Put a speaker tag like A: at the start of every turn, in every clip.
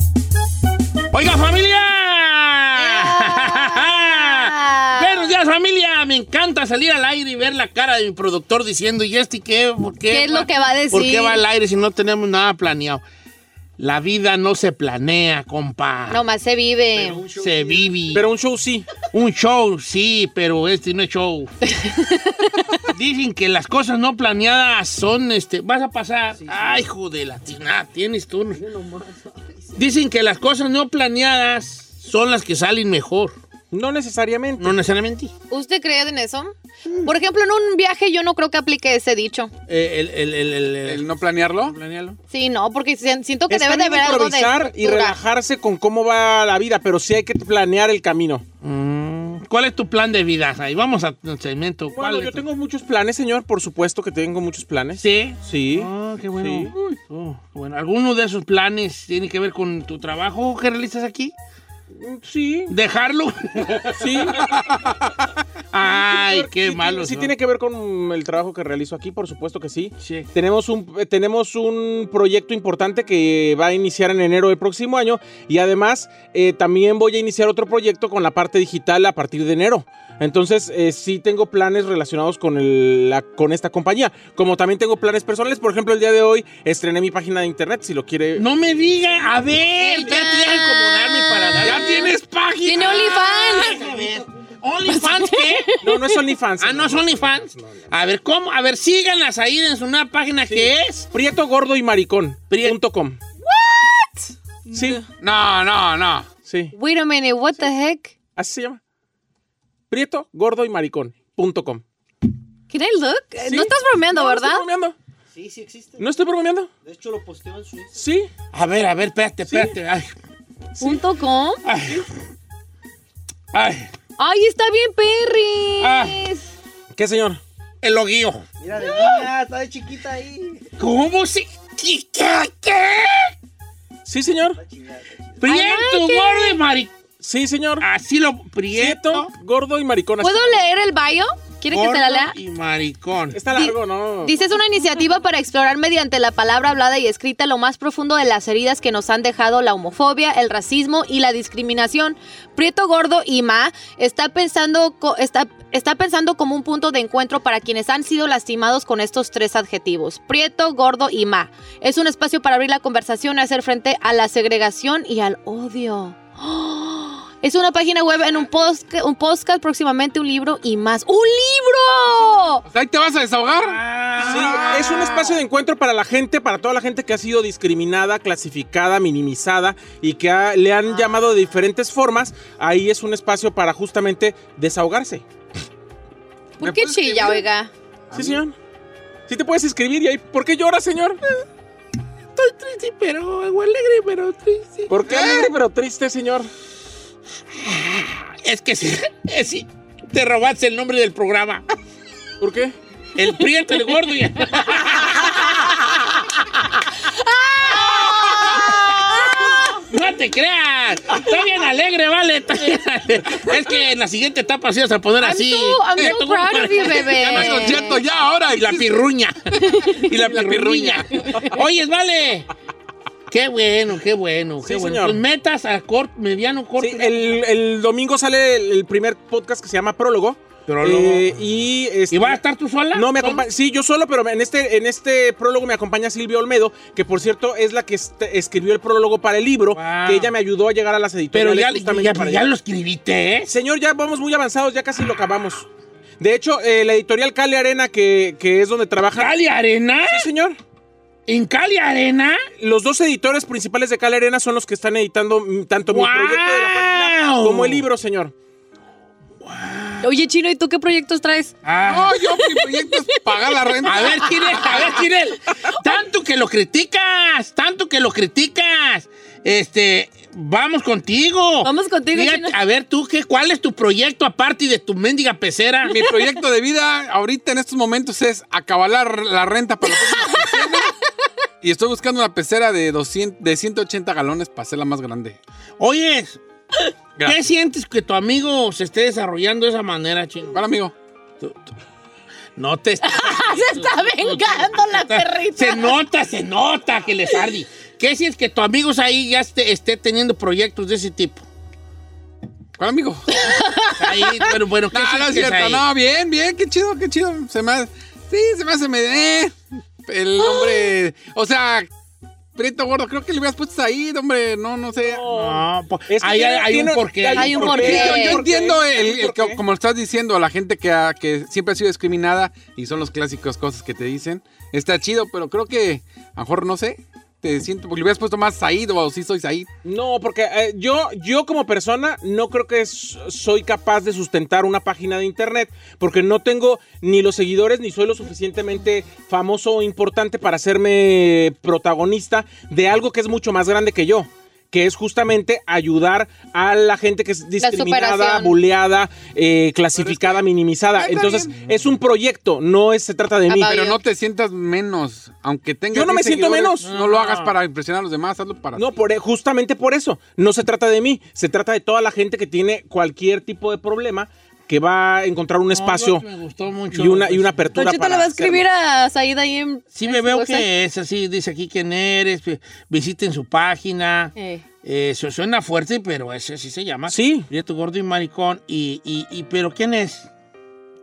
A: Ah.
B: encanta salir al aire y ver la cara de mi productor diciendo, ¿y este qué? ¿Por qué?
A: ¿Qué es lo que va a decir?
B: ¿Por qué va al aire si no tenemos nada planeado? La vida no se planea, compa.
A: Nomás se vive.
B: se vive.
C: Pero un show sí.
B: Un show, sí, pero este no es show. Dicen que las cosas no planeadas son, este, vas a pasar. Ay, hijo de la tina, tienes tú. Dicen que las cosas no planeadas son las que salen mejor.
C: No necesariamente.
B: No necesariamente.
A: ¿Usted cree en eso? Por ejemplo, en un viaje yo no creo que aplique ese dicho.
B: Eh, El, el, el, el- el-
C: El no planearlo.
B: planealo.
A: Sí, no, porque si- siento que
C: Es
A: debe de
C: también
A: haber algo de
C: improvisar y
A: estructura.
C: relajarse con cómo va la vida, pero sí hay que planear el camino.
B: Mm, ¿Cuál es tu plan de vida? Ahí vamos al segmento. ¿Cuál
C: Bueno,
B: es
C: yo
B: tu-
C: tengo muchos planes, señor. Por supuesto que tengo muchos planes.
B: Sí.
C: Sí.
B: Ah, qué bueno.
C: Sí.
B: Oh, qué bueno. ¿Alguno de esos planes tiene que ver con tu trabajo que realizas aquí?
C: Sí.
B: ¿Dejarlo?
C: Sí.
B: Ay,
C: Señor,
B: qué
C: sí,
B: malo.
C: Sí,
B: son.
C: tiene que ver con el trabajo que realizo aquí, por supuesto que sí.
B: Sí.
C: Tenemos un, eh, tenemos un proyecto importante que va a iniciar en enero del próximo año y además eh, también voy a iniciar otro proyecto con la parte digital a partir de enero. Entonces eh, sí tengo planes relacionados con, el- la- con esta compañía, como también tengo planes personales. Por ejemplo, el día de hoy estrené mi página de internet, si lo quiere...
B: No me diga, a ver, ya
A: Ella.
B: tienes que acomodarme para dar. Ya tienes página.
A: Tiene OnlyFans.
B: Ay, a ver. ¿OnlyFans qué?
C: No, no es OnlyFans.
B: Ah, no,
C: señor.
B: son OnlyFans. A ver, ¿cómo? A ver, síganlas ahí en su una página que es.
C: Prieto Gordo y Maricón.
B: Prieto.
C: punto com. Sí,
B: No, no, no.
C: sí.
A: Wait a minute, what the heck?
C: Así se llama. Prieto, gordo y maricón.com.
A: Can I look? Eh, No estás bromeando,
C: No
A: ¿verdad?
C: estoy bromeando.
D: Sí, sí existe.
C: No estoy bromeando.
D: De hecho, lo posteo en su Instagram.
C: Sí.
B: A ver, a ver, espérate, espérate. Ay,
A: Punto com.
B: ay. Ay,
A: Ay, está bien, Perry.
C: ¿Qué, señor?
B: el loguío.
D: Mira, de niña, está de chiquita ahí.
B: ¿Cómo se.? ¿Qué? ¿Qué? qué?
C: Sí, señor.
B: Prieto,
A: qué-
B: gordo y mari.
C: Sí, señor.
E: Ah,
B: Así lo.
C: Prieto,
B: Prieto,
C: gordo y maricón. Así.
A: ¿Puedo leer el bio? ¿Quiere que se la
B: gordo
A: lea?
B: y maricón.
C: Está largo, ¿no?
A: Dice, es una iniciativa para explorar mediante la palabra hablada y escrita lo más profundo de las heridas que nos han dejado la homofobia, el racismo y la discriminación. Prieto Gordo y Ma está pensando, co- está, está pensando como un punto de encuentro para quienes han sido lastimados con estos tres adjetivos. Prieto, Gordo y Ma. Es un espacio para abrir la conversación y hacer frente a la segregación y al odio. ¡Oh! Es una página web en un, posca- un podcast, próximamente un libro y más. ¡Un libro!
E: Ahí te vas a desahogar.
C: Sí, es un espacio de encuentro para la gente, para toda la gente que ha sido discriminada, clasificada, minimizada y que ha- le han llamado de diferentes formas. Ahí es un espacio para justamente desahogarse.
A: ¿Por qué chilla, oiga?
C: Sí, señor. Sí te puedes escribir y ahí. ¿Por qué lloras, señor?
B: triste, pero. alegre, pero triste.
C: ¿Por qué
E: Eh.
C: alegre pero triste, señor?
B: Es que sí. Es, sí, te robaste el nombre del programa.
C: ¿Por qué?
B: El prieto, el gordo y. No te creas, está bien alegre, vale. está bien alegre. Es que en la siguiente etapa sí vas a poner
A: I'm
B: así.
A: so- I'm so
B: Prieto, gordo y
A: proud of you,
B: maricón.
A: bebé.
B: Ya no hay concierto, ya ahora. Y la pirruña. y la pirruña. Oye, vale. Qué bueno, qué bueno, qué
C: Sí,
B: bueno.
C: señor.
B: Tus metas a corto, mediano, corto.
C: Sí, el, el domingo sale el, el primer podcast que se llama Prólogo.
B: Prólogo.
C: Eh, y, este-
B: ¿Y vas a estar tú sola?
C: No, me
B: ¿Solo?
C: acompaña. Sí, yo solo, pero en este, en este prólogo me acompaña Silvia Olmedo, que por cierto es la que est- escribió el prólogo para el libro,
B: Wow.
C: que ella me ayudó a llegar a las
B: Pero
C: editoriales.
B: ya,
C: justamente
B: ya,
C: para
B: ya
C: allá.
B: lo escribiste, ¿eh?
C: Señor, ya vamos muy avanzados, ya casi lo acabamos. De hecho, eh, la editorial Cali Arena, que, que es donde trabaja.
B: ¿Cali Arena?
C: Sí, señor.
B: ¿En Cali Arena?
C: Los dos editores principales de Cali Arena son los que están editando mm, tanto mi proyecto de la página
B: ¡Guau!
C: como el libro, señor.
A: Oye, Chino, ¿y tú qué proyectos traes?
B: Ah.
E: No, yo, mi proyecto es pagar la renta.
B: A ver, Chinel, a ver, Chinel. Tanto que lo criticas, tanto que lo criticas. Este, vamos contigo.
A: Vamos contigo,
B: Fíjate,
A: Chino.
B: A ver, tú, ¿qué, ¿cuál es tu proyecto aparte de tu mendiga pecera?
E: Mi proyecto de vida ahorita en estos momentos es acabar la, la renta para la próxima quincena. Y estoy buscando una pecera de, 200, de 180 galones para hacerla más grande.
B: Oye, ¿qué
E: Gracias.
B: sientes que tu amigo se esté desarrollando de esa manera, Chino?
E: ¿Cuál, amigo?
B: No te estés-
A: Se está vengando la perrita.
B: Se nota, se nota que le sardí. ¿Qué si es que tu amigos ahí ya esté, esté teniendo proyectos de ese tipo?
E: ¿Cuál amigo?
B: Ahí, bueno, bueno, ¿qué
E: No, no
B: sientes
E: es cierto.
B: ahí?
E: No, bien, bien. Qué chido, qué chido. Se me hace- Sí, se me hace... Me... eh, el hombre... O sea... Prieto Gordo, creo que le hubieras puesto ahí, hombre. No, no sé.
B: No, po-
C: Es que
B: ahí hay,
C: tiene-
B: hay un
C: tiene-
B: porqué.
A: Hay un porqué.
E: Sí, yo,
A: ¿Por
E: yo
A: qué?
E: entiendo el,
C: Hay un
E: el
C: porqué.
E: que- como lo estás diciendo, a la gente que, ha- que siempre ha sido discriminada y son los clásicos cosas que te dicen. Está chido, pero creo que a lo mejor no sé. Te siento, porque le hubieras puesto más Said o si soy Said.
C: No, porque eh, yo, yo como persona no creo que s- soy capaz de sustentar una página de internet porque no tengo ni los seguidores ni soy lo suficientemente famoso o importante para hacerme protagonista de algo que es mucho más grande que yo. Que es justamente ayudar a la gente que es discriminada,
A: superación.
C: buleada, eh, clasificada, minimizada.
E: Está
C: Entonces,
E: bien.
C: es un proyecto, no es, se trata de mí.
A: About
E: Pero
A: you.
E: no te sientas menos, aunque tengas.
C: Ah, Yo no me
E: 10
C: siento
E: seguidores,
C: menos.
E: No lo hagas para impresionar a los demás, hazlo para.
C: No, por, e, justamente por eso. No se trata de mí, se trata de toda la gente que tiene cualquier tipo de problema que va a encontrar un
B: No,
C: espacio
B: no, me gustó mucho.
C: y, una, y una
A: Don
C: apertura.
A: Cheto le
C: para
A: va a
C: hacerlo.
A: escribir a Said ahí en.
B: Sí
A: en
B: me
A: su
B: veo
A: cosa.
B: que es así, dice aquí quién eres, vi- visiten su página.
A: Eh.
B: Eso suena fuerte, pero ese sí se llama.
C: Sí.
B: Prieto Gordo y Maricón. Y, y, y- ¿Pero quién es?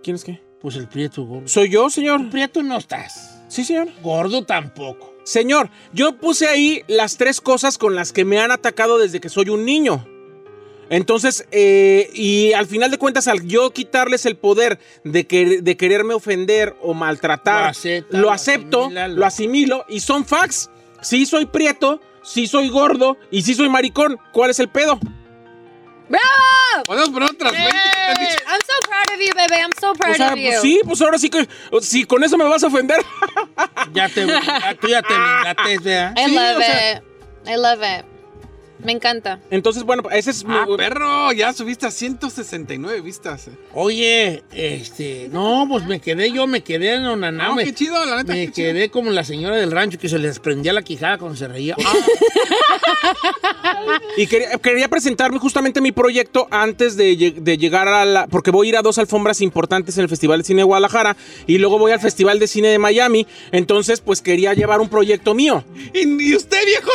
C: ¿Quién es qué?
B: Pues el Prieto Gordo.
C: Soy yo, señor.
B: Prieto no estás.
C: Sí, señor.
B: Gordo tampoco.
C: Señor, yo puse ahí las tres cosas con las que me han atacado desde que soy un niño. Entonces, eh, y al final de cuentas, al yo quitarles el poder de, que- de quererme ofender o maltratar,
B: Lo acepta,
C: lo
B: lo
C: acepto,
B: asimila, lo-
C: lo asimilo, y son facts. Sí soy prieto, sí soy gordo, y sí soy maricón. ¿Cuál es el pedo?
E: Podemos poner otras 20 que te han dicho.
A: Eh, I'm so proud of you, baby. I'm so proud
C: O sea,
A: of you.
C: pues sí, pues ahora sí que, si con eso me vas a ofender.
B: Ya te, ya- tú ya te vengaste, ¿verdad?
A: I
C: sí,
A: love
C: o sea-
A: it. I love it. Me encanta.
C: Entonces, bueno, ese es... mi-
E: Ah, perro, ya subiste a 169 vistas. eh.
B: Oye, este, no, pues me quedé yo, me quedé en
E: No,
B: Onaname.
E: qué chido, la neta.
B: Me
E: qué chido.
B: quedé como la señora del rancho que se les prendía la quijada cuando se reía.
C: Y quería, quería presentarme justamente mi proyecto antes de, lleg- de llegar a la... Porque voy a ir a dos alfombras importantes en el Festival de Cine de Guadalajara y luego voy al Festival de Cine de Miami. Entonces, pues quería llevar un proyecto mío.
E: Y, y usted, viejo.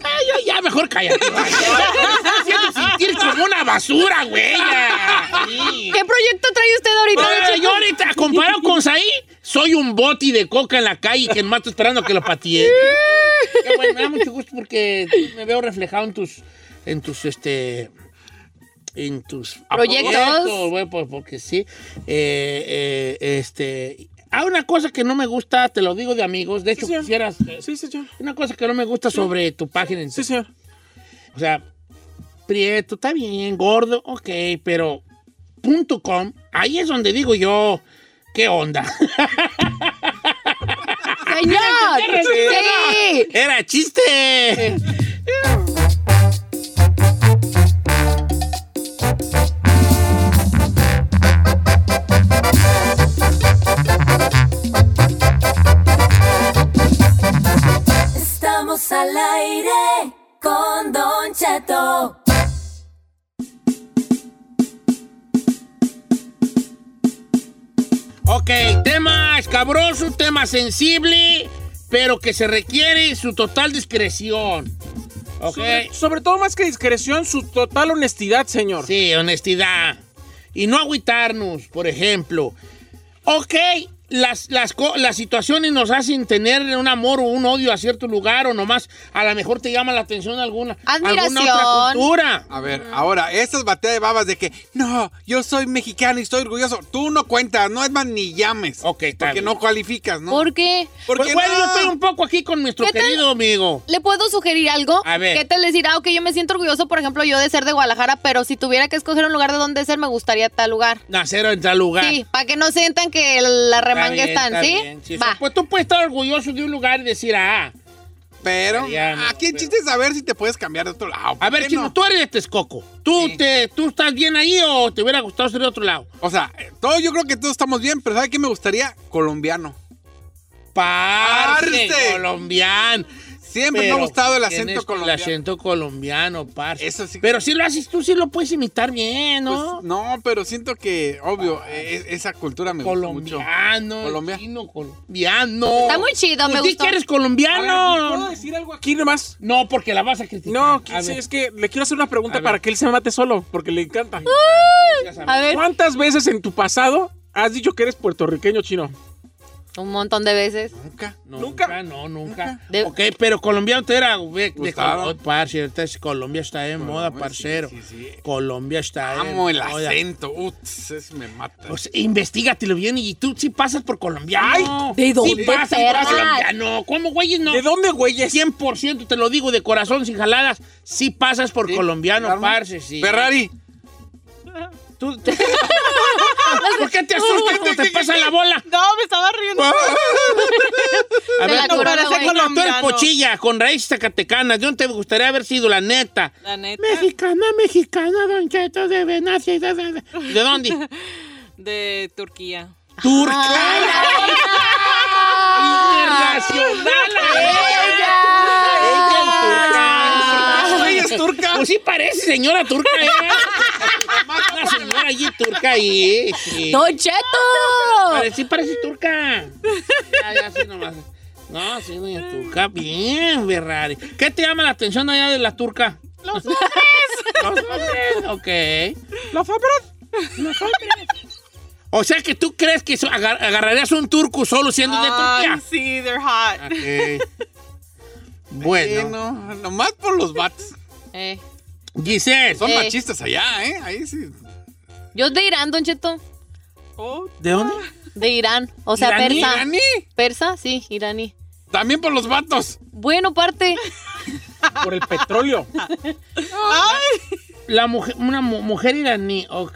B: Ah, yo ya mejor cállate. Me estás haciendo sentir como una basura, güey. ya. Sí.
A: ¿Qué proyecto trae usted ahorita?
B: Pero
A: don Cheto?
B: yo ahorita, comparado con Saí, soy un boti de coca en la calle que mato esperando que lo patee. Qué bueno, me da mucho gusto porque me veo reflejado en tus, en tus, este, en tus
A: Proyectos.
B: güey, pues, porque sí. Eh, eh, este, hay una cosa que no me gusta, te lo digo de amigos, de hecho
C: Sí, señor.
B: quisieras, eh,
C: Sí, señor.
B: una cosa que no me gusta sobre tu página. en
C: Sí, señor.
B: o sea, Prieto, está bien, gordo, ok, pero punto .com, ahí es donde digo yo, ¿qué onda?
A: ¡Señor! ¡Sí!
B: ¡Era chiste!
F: Estamos al aire con Don Cheto.
B: Ok, tema escabroso, tema sensible, pero que se requiere su total discreción. Ok.
C: Sobre, sobre todo más que discreción, su total honestidad, señor.
B: Sí, honestidad. Y no agüitarnos, por ejemplo. Ok, las, las, co- las situaciones nos hacen tener un amor o un odio a cierto lugar o nomás a lo mejor te llama la atención alguna, alguna otra
A: Admiración.
B: cultura.
E: A ver, ahora, esas bateas de babas de que, no, yo soy mexicano y estoy orgulloso. Tú no cuentas, no es más ni llames.
B: Ok, está
E: Porque
B: bien.
E: no cualificas, ¿no?
A: ¿Por qué?
B: Pues, bueno, yo estoy un poco aquí con nuestro
A: ¿Qué tal?
B: querido amigo.
A: ¿Le puedo sugerir algo?
B: A ver.
A: ¿Qué tal decir? Ah, ok, yo me siento orgulloso, por ejemplo, yo de ser de Guadalajara, pero si tuviera que escoger un lugar de donde ser, me gustaría tal lugar.
B: Nacer en tal lugar.
A: Sí, para que no sientan que la
B: Está
A: remanga
B: bien,
A: están,
B: está
A: ¿sí?
B: bien.
A: Va.
B: Pues tú puedes estar orgulloso de un lugar y decir, ah,
E: Pero
B: Mariano,
E: aquí el
B: pero-
E: chiste es saber si te puedes cambiar de otro lado.
B: a
E: ¿por
B: ver,
E: qué
B: Chino,
E: no?
B: tú eres de Texcoco. ¿Tú, te, ¿Tú estás bien ahí o te hubiera gustado ser de otro lado?
E: O sea, eh, todo, yo creo que todos estamos bien, pero ¿sabes qué me gustaría? Colombiano.
B: Parce,
E: Parce.
B: colombiano.
E: Siempre me ha
B: Pero
E: gustado el
B: tienes
E: acento colombiano.
B: El acento colombiano, parce.
E: Eso sí.
B: Pero si lo haces tú, sí lo puedes imitar bien,
E: Pues,
B: ¿no?
E: no, pero siento que, obvio, eh, esa cultura me gusta mucho.
B: Ah, colombiano,
E: Colombia.
B: chino colombiano.
A: Está muy chido, me
B: Pues di
A: gustó.
B: que eres colombiano.
C: decir algo algo aquí nomás.
B: No, porque la vas a criticar.
C: No,
B: A
C: sí,
B: ver,
C: es que le quiero hacer una
B: A
C: pregunta
B: ver.
C: para que él se mate solo, porque le encanta.
B: ya sabes.
A: A ver,
C: ¿Cuántas veces en tu pasado has dicho que eres puertorriqueño chino?
A: un montón de veces.
E: Nunca.
B: No,
C: Nunca.
B: No, nunca.
A: De-
B: Ok, pero colombiano te era. De, de
E: Gustavo.
B: Col- oh, parce, ahorita es- Colombia está en moda,
E: sí,
B: parcero.
E: sí, sí.
B: Colombia está en
E: Amo el
B: moda.
E: acento. Uts, ese me mata.
B: Pues investigatelo bien y tú sí pasas por colombiano.
A: ¿de
B: Sí
A: dónde,
B: pasas
A: perra?
B: por colombiano. ¿Cómo, güeyes? No.
C: ¿De dónde, güeyes?
B: 100% te lo digo de corazón sin jaladas. Sí pasas por
E: Sí,
B: colombiano,
E: claro.
B: parce, sí.
E: Ferrari.
B: Tú- tú- ¿Por qué te asustas cuando te pasa la bola?
G: No, me estaba riendo.
B: A
A: Te
B: ver,
A: la
G: No
A: corona,
G: parece
A: güey.
B: tú eres
G: colombiano.
B: pochilla, con raíces zacatecanas. ¿De dónde te gustaría haber sido, la neta?
G: La neta.
B: Mexicana, mexicana, don Cheto de Venacia. y de- de- de- ¿De dónde?
G: De Turquía.
B: Turca. Internacional. ¡Ella! ¡Ella
E: Ella
B: es
E: es turca.
B: Pues sí parece señora turca, ¿eh? Una señora allí turca ahí. Sí,
A: ¡Don Cheto!
B: Pare- sí parece turca. Ya, ya, sí, nomás. No, sí, doña turca. Bien, Ferrari. ¿Qué te llama la atención allá de la turca?
G: Los hombres.
B: Los hombres, ok.
C: La fabra.
B: O sea que tú crees que so- agar- agarrarías un turco solo siendo de
G: Ay,
B: Turquía.
G: sí, they're hot.
B: Ok.
E: Eh,
B: Bueno,
E: no, nomás por los vatos.
A: Eh,
B: Giselle,
E: Son
A: Eh.
E: machistas allá, ¿eh? Ahí sí.
A: Yo de Irán, Don Cheto.
G: Oh,
B: ¿de dónde?
A: De Irán. O sea,
B: ¿Iraní?
A: persa.
E: Dani,
A: ¿Persa? Sí, iraní.
E: también por los vatos.
A: Bueno, parte.
C: Por el petróleo.
B: La mujer, una mu- mujer iraní, ok.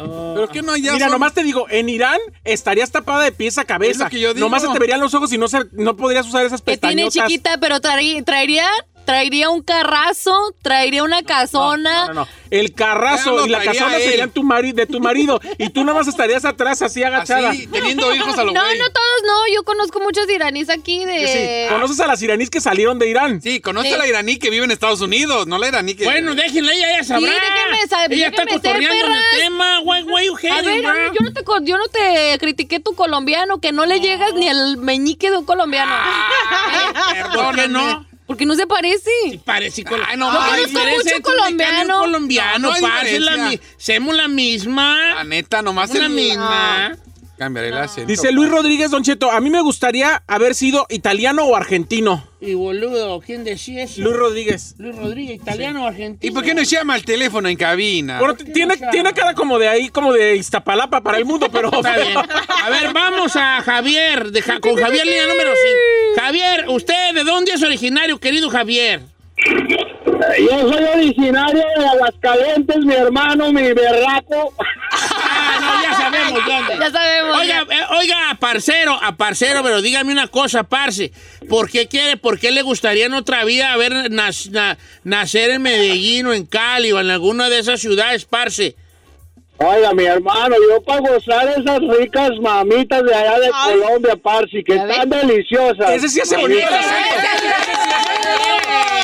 B: oh.
E: Pero que no allá.
C: Mira,
E: son-
C: nomás te digo, en Irán estarías tapada de pies a cabeza.
E: Es lo que yo digo.
C: Nomás se te verían los ojos y no, se- no podrías usar esas
A: Que tiene
C: pestañotas.
A: chiquita, pero traí- traería, traería un carrazo, traería una
C: No,
A: casona.
C: no, no. El
E: Ya
C: carrazo
E: lo
C: y la
E: traía
C: casona
E: él.
C: serían tu mari- de tu marido. y tú nomás estarías atrás, así agachada.
E: Así, teniendo hijos a lo
A: No,
E: güey.
A: no todos, no. Yo conozco muchos iraníes aquí
C: Que sí,
A: de.
C: ¿Conoces a las iraníes que salieron de Irán?
E: Sí, conoce
A: Sí.
E: a la iraní que vive en Estados Unidos, no la iraní que.
B: Bueno, déjenla, ella ya sabrá.
A: déjenme sa-
B: Ella está
A: déjenme ser,
B: cotorreando en
A: perras.
B: el tema, güey, güey,
A: A
B: Eugenio,
A: ver,
B: ma.
A: yo no, te, co- yo no te critiqué tu colombiano, que no le llegas ni al meñique de un colombiano. Ah.
B: ¿Por qué no?
A: Porque no se parece.
B: Sí, Parece col-
E: Ay, no,
B: Lo
E: yo
B: que
E: conozco
B: diferencia
A: mucho
B: entre un mexicano y un
A: colombiano.
B: colombiano,
E: No, no hay
B: parce, la mi-
E: diferencia.
B: Semos la
E: La
B: misma.
E: neta, nomás.
B: Semos la
E: el-
A: Ah.
B: misma.
E: Cambiaré el acento.
C: Dice Luis Rodríguez Don Cheto, a mí me gustaría haber sido italiano o argentino.
B: Y boludo, ¿quién decía eso?
C: Luis Rodríguez.
B: Luis Rodríguez, italiano o argentino.
E: ¿Y por qué nos llama al teléfono en cabina?
C: Ah. Bueno,
B: qué
C: tiene,
B: no sabe?
C: tiene cara como de ahí, como de Iztapalapa para el mundo, pero...
B: Está bien. A ver, vamos a Javier, de Ja- con Javier línea número 5. Javier, ¿usted de dónde es originario, querido Javier?
H: Yo soy originario de Aguascalientes, mi hermano, mi berraco.
B: Ah, no, ya sabemos dónde.
A: Ya sabemos.
B: Oiga, eh, oiga, parcero, a parcero, pero dígame una cosa, parce. ¿Por qué quiere, por qué le gustaría en otra vida haber nac- na- nacer en Medellín o en Cali o en alguna de esas ciudades, parce?
H: Oiga, mi hermano, yo para gozar esas ricas mamitas de allá de
G: Ay.
H: Colombia, Parsi, que
A: Ya ve.
H: están deliciosas.
C: Ese sí hace bonito.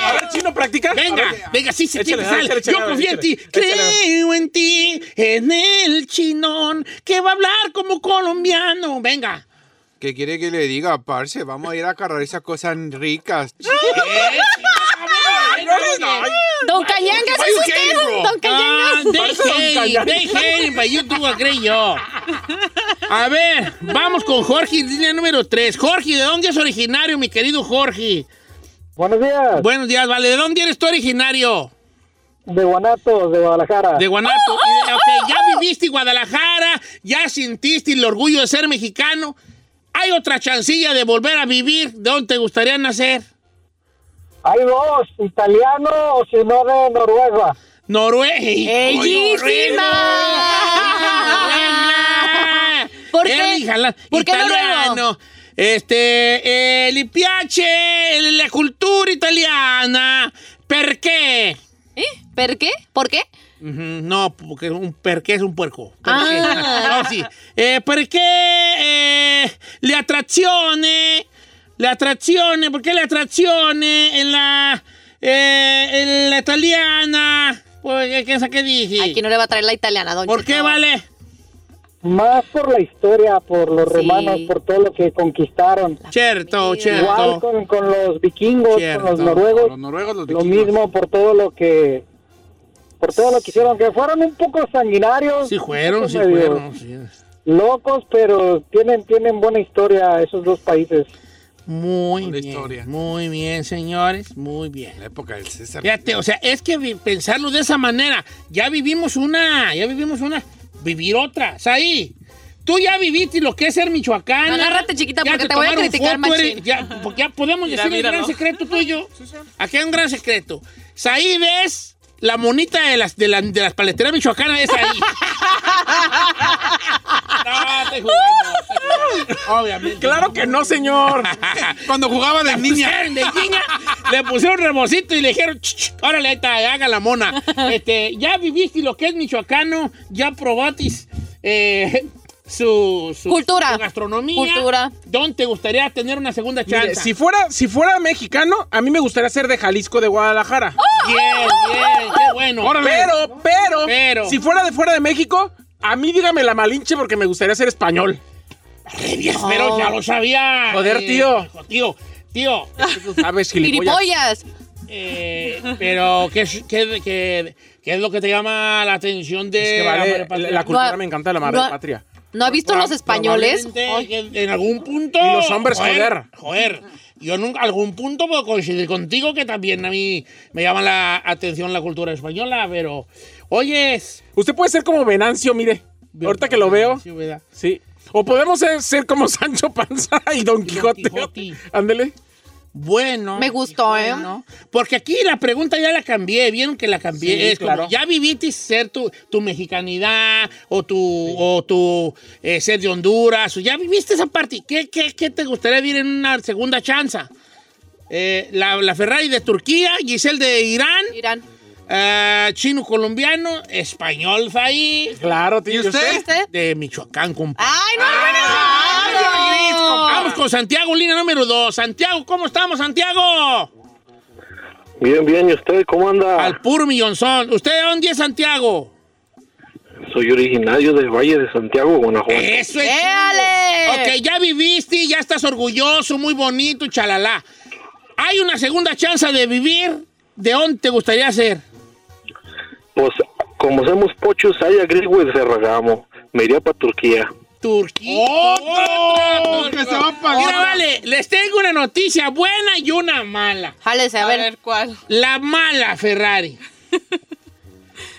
C: A ver, chino, practica. A ver.
B: Venga, venga, sí, se
C: Échale,
B: tiene que salir.
C: échale, échale,
B: Yo confío en ti.
C: échale, échale.
B: Creo en ti, en el chinón, que va a hablar como colombiano. Venga.
E: ¿Qué quiere que le diga, parce? Vamos a ir a agarrar esas cosas ricas.
A: Don Cañangas
E: why
A: es
E: you
A: usted,
E: gay,
A: don,
E: bro?
A: don Cañangas.
B: they hate him, they hate him, but you do agree, yo. A ver, vamos con Jorge, línea número 3. Jorge, ¿de dónde es originario, mi querido Jorge?
H: Buenos días,
B: Buenos días, vale. ¿De dónde eres tú originario?
H: de Guanatos, de Guadalajara.
B: De Guanato. Y de- ok, ya viviste en Guadalajara, ya sentiste el orgullo de ser mexicano. ¿Hay otra chancilla de volver a vivir? ¿De dónde te gustaría nacer?
H: Hay dos, italiano o si no de Noruega.
B: Noruega. Ay,
A: ¡Bellísima!
B: Noruega.
A: ¿Por qué?
B: Él, hija,
A: ¿Por qué
B: italiano. Este, eh, li piace la cultura italiana. Perché?
A: ¿Eh? ¿Per qué? ¿Por qué?
B: Ujú, No, porque un perché es un puerco. Perché.
A: Ah.
B: No, sì. Eh, perché eh, le attrazioni, le attrazioni, perché le attrazioni è la, eh, è la italiana, poi, eh, che sa che dici?
A: Aquí no le va a traer la italiana, don
B: ¿Por
A: Cheto.
B: qué vale?
H: Más por la historia, por los
A: Sí.
H: romanos, por todo lo que conquistaron.
B: Cierto,
H: Igual
B: cierto.
H: con, con los vikingos,
B: Cierto.
H: con los noruegos,
E: Los noruegos, los
H: lo
E: vikingos.
H: mismo por todo lo que por todo lo que hicieron, que fueron un poco sanguinarios,
B: Sí fueron, sí
H: medio
B: fueron. sí.
H: locos, pero tienen tienen buena historia esos dos países.
B: Muy
E: Una
B: bien,
E: historia.
B: muy bien, señores, muy bien.
E: La época del César.
B: Fíjate, o sea, es que vi- pensarlo de esa manera, ya vivimos una, ya vivimos una, vivir otra, ahí. Tú ya viviste lo que es ser michoacán.
A: Agárrate, chiquita, porque te voy a criticar, machín.
B: ya, porque ya podemos
G: Mira,
B: decir el
G: míralo.
B: gran secreto tuyo. Aquí hay un gran secreto. Saí ves la monita de las, de la- de las paleteras michoacanas, es ahí. no, estoy jugando, estoy jugando. Obviamente.
C: Claro que no, señor.
E: Cuando jugaba de niña.
B: pusieron de niña, le pusieron rebocito y le dijeron, "Ch, ch, órale, ahí está, haga la mona. Este, ya viviste lo que es michoacano, ya probatis eh, su, su-
A: Cultura.
B: su gastronomía.
A: Cultura.
B: ¿Dónde te gustaría tener una segunda
C: Mire,
B: chance?
C: si fuera, si fuera mexicano, a mí me gustaría ser de Jalisco, de Guadalajara.
B: Oh, Bien, bien, qué bueno.
C: Pero, pero,
B: Pero.
C: si fuera de fuera de México, a mí dígame la malinche porque me gustaría ser español.
B: Qué bien,
A: Oh.
B: pero ya lo sabía.
C: Joder,
B: eh,
C: tío.
B: Tío, tío.
C: ¿Sabes, gilipollas?
A: Piripollas.
B: eh, pero, ¿qué, es- qué, qué- qué es lo que te llama la atención de
C: Es que
B: la
C: vale,
B: madre patria?
C: la, la cultura
A: No,
C: me encanta, la madre
A: no-
C: patria.
A: ¿No ha visto los españoles?
B: Probablemente que en algún punto.
C: Y los hombres, joder.
B: Joder. Yo en un- algún punto puedo coincidir contigo que también a mí me llama la atención la cultura española, pero. Oyes.
C: Usted puede ser como Venancio, mire. Ahorita que lo veo,
B: Sí, ¿verdad?
C: sí. O podemos ser, ser como Sancho Panza y Don Quijote.
B: Quijote.
C: Ándele.
B: Bueno.
A: Me gustó, ¿eh?
B: Porque aquí la pregunta ya la cambié, vieron que la cambié.
C: Sí,
B: es como,
C: claro.
B: ya viviste ser tu, tu mexicanidad o tu, o tu eh, ser de Honduras, o ya viviste esa parte. ¿Qué, qué, qué te gustaría vivir en una segunda chance? Eh, la, la Ferrari de Turquía, Giselle de Irán,
A: Irán.
B: eh, chino colombiano, español ahí,
C: Claro, tío.
E: ¿Y usted?
A: ¿Este?
B: de Michoacán, compa.
A: ¡Ay, no, bueno!
B: Vamos con Santiago, línea número dos. Santiago, ¿cómo estamos, Santiago?
H: Bien, bien, ¿y usted cómo anda?
B: Al puro millonzón. ¿Usted de dónde es Santiago?
H: Soy originario del Valle de Santiago, Guanajuato.
B: Eso es.
A: ¡Éale!
B: Ok, ya viviste, ya estás orgulloso, muy bonito, chalala. Hay una segunda chance de vivir. ¿De dónde te gustaría ser?
H: Pues como somos pochos, hay agrigo y Ferragamo. Me iría para Turquía.
B: Turquía.
E: ¡Otro! ¡Que se va a pagar!
B: Mira, vale, les tengo una noticia buena y una mala.
A: Jálese, a
G: A
A: ver.
G: ver cuál.
B: La mala, Ferrari.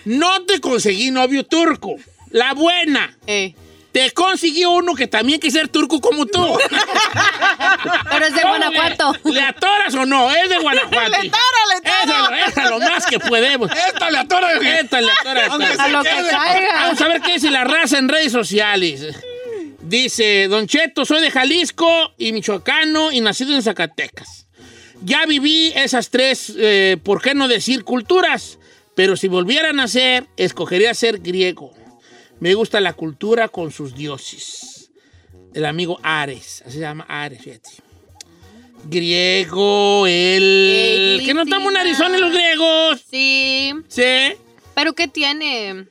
B: No te conseguí novio turco. La buena.
A: Eh.
B: Te conseguí uno que también quiere ser turco como tú.
A: Pero es de
B: ¿Cómo
A: Guanajuato.
B: ¿Le, ¿Le atoras o no? Es de Guanajuato.
G: Le atoro, le atoro.
B: Esa, esa lo más que podemos. Esta le atora. Esta le atora.
A: A lo que caiga.
B: Vamos a ver qué dice la raza en redes sociales. Dice, Don Cheto, soy de Jalisco y michoacano y nacido en Zacatecas. Ya viví esas tres, eh, ¿por qué no decir culturas? Pero si volviera a nacer, escogería ser griego. Me gusta la cultura con sus dioses. El amigo Ares, así se llama Ares, fíjate. Griego, el...
A: Eglisina.
B: ¿Que no estamos en Arizona los griegos?
A: Sí.
B: Sí.
A: ¿Pero qué tiene?